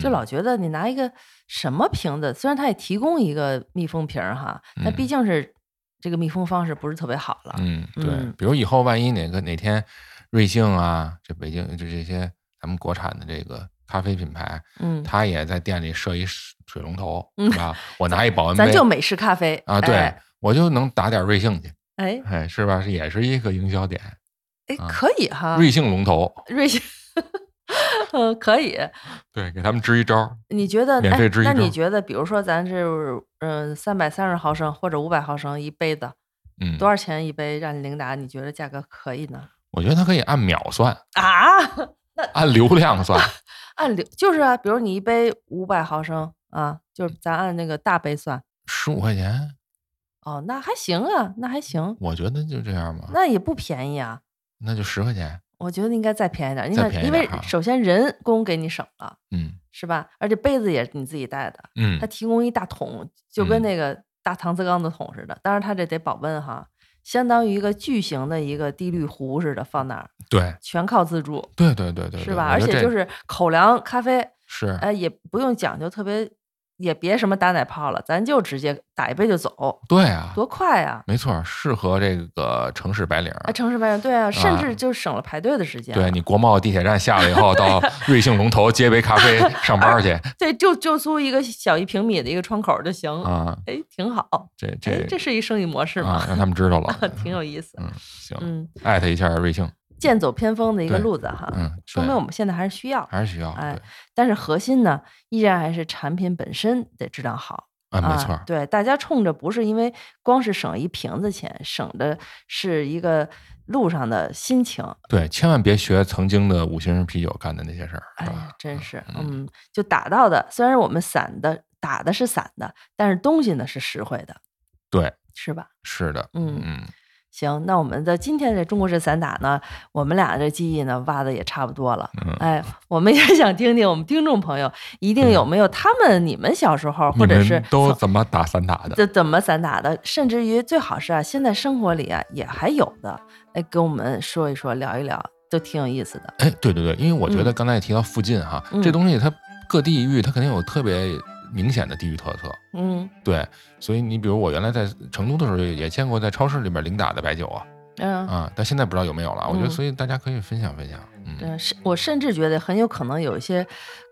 A: 就
B: 嗯
A: 老觉得你拿一个什么瓶子，虽然它也提供一个密封瓶儿哈，但毕
B: 嗯
A: 竟是这个密封方式不是特别好了。
B: 嗯，对
A: 嗯，
B: 比如以后万一哪个哪天瑞幸啊，这北京就这些咱们国产的这个咖啡品牌，
A: 嗯，
B: 他也在店里设一水水龙头，是吧？我拿一保温杯
A: 咱就美式咖啡
B: 啊，对
A: 哎
B: 我就能打点瑞幸去，
A: 哎
B: 哎，是吧？是也是一个营销点，
A: 哎
B: 啊
A: 可以哈，
B: 瑞幸龙头，
A: 瑞幸， 呃，可以。
B: 对，给他们支一招，
A: 你觉得
B: 免
A: 哎
B: 费支一
A: 那你
B: 周
A: 觉得，比如说咱是嗯三百三十毫升或者五百毫升一杯的，
B: 嗯，
A: 多少钱一杯让你领达？你觉得价格可以呢？
B: 我觉得他可以按秒算，
A: 啊，
B: 按流 量算，
A: 按流就是啊，比如你一杯五百毫升啊，就是
B: 嗯
A: 咱按那个大杯算。
B: 十五块钱，
A: 哦，那还行啊，那还行，
B: 我觉得就这样吧，
A: 那也不便宜啊。
B: 那就十块钱，
A: 我觉得应该再便宜点儿，你
B: 再
A: 看，
B: 便宜
A: 因
B: 点
A: 为
B: 儿哈
A: 首先人工给你省了，
B: 嗯
A: 是吧？而且杯子也是你自己带的，
B: 嗯
A: 它，提供一大桶，就跟
B: 嗯
A: 那个大搪瓷缸的桶似的。当然，它这得保温哈，相当于一个巨型的一个滴滤壶似的放那儿，
B: 对
A: 全靠自助，
B: 对对对对，
A: 是
B: 对
A: 吧？
B: 我
A: 而
B: 觉得
A: 且
B: 这嗯
A: 就是口粮咖啡，
B: 是
A: 哎，也不用讲究特别，也别什么打奶泡了，咱就直接打一杯就走，
B: 对啊，
A: 多快啊！
B: 没错，适合这个城市白领儿。
A: 啊，城市白人对啊，甚
B: 啊
A: 至就省了排队的时间了。
B: 对你国贸地铁站下来以后，到瑞幸龙头接杯咖啡上班 去
A: 对，就就租一个小一平米的一个窗口就行。
B: 啊！
A: 哎，挺好。
B: 这
A: 哎，这是一生意模式
B: 啊
A: 嘛，，
B: 让他们知道了，
A: 挺有意思。
B: 嗯，行，
A: 嗯，
B: 艾特一下瑞幸，
A: 剑走偏锋的一个
B: 对
A: 路子哈。
B: 嗯，
A: 说
B: 对
A: 明我们现在还是需要，
B: 还是需要，
A: 哎
B: 对，
A: 但是核心呢，依然还是产品本身得质量好。
B: 啊，没错
A: 啊
B: 儿，，
A: 对，大家冲着不是因为光是省一瓶子钱，省的是一个路上的心情。
B: 对，千万别学曾经的五星儿啤酒干的那些事儿，
A: 哎
B: 是
A: 呀
B: 吧？，
A: 真是，
B: 嗯
A: 嗯，就打到的，虽然我们散的打的是散的，但是东西呢是实惠的，
B: 对，
A: 是吧？
B: 是的，
A: 嗯
B: 嗯，
A: 行，那我们的今天的中国式散打呢，我们俩这记忆呢挖的也差不多了。
B: 嗯
A: 哎，我们也 想听听我们听众朋友一定有没有他们你们小时候
B: 嗯你
A: 或者是
B: 们都
A: 曾
B: 怎么打散打的？
A: 这怎么散打的，甚至于最好是啊，现在生活里啊也还有的，哎，跟我们说一说，聊一聊，都挺有意思的。
B: 哎，对对对，因为我觉得
A: 嗯
B: 刚才也提到附近哈，这
A: 嗯
B: 东西它各地域它肯定有特别明显的地域特色，
A: 嗯
B: 对，所以你比如我原来在成都的时候也见过在超市里边零打的白酒啊
A: 嗯。
B: 啊，但现在不知道有没有了。我觉得，
A: 嗯
B: 所以大家可以分享分享。嗯，
A: 嗯，甚我甚至觉得很有可能有一些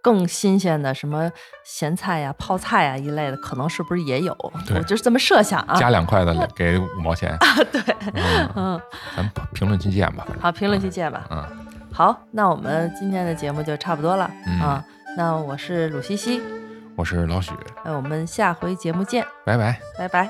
A: 更新鲜的，什么咸菜呀、泡菜呀一类的，可能是不是也有？
B: 对
A: 我就是这么设想啊。
B: 加两块的给五毛钱，
A: 对，
B: 嗯，
A: 嗯，
B: 咱评论区见吧，反正
A: 好，评论区见吧。
B: 嗯，
A: 好，那我们今天的节目就差不多了、
B: 嗯
A: 啊。那我是鲁西西，
B: 我是老许，
A: 哎，我们下回节目见，
B: 拜拜。
A: 拜拜。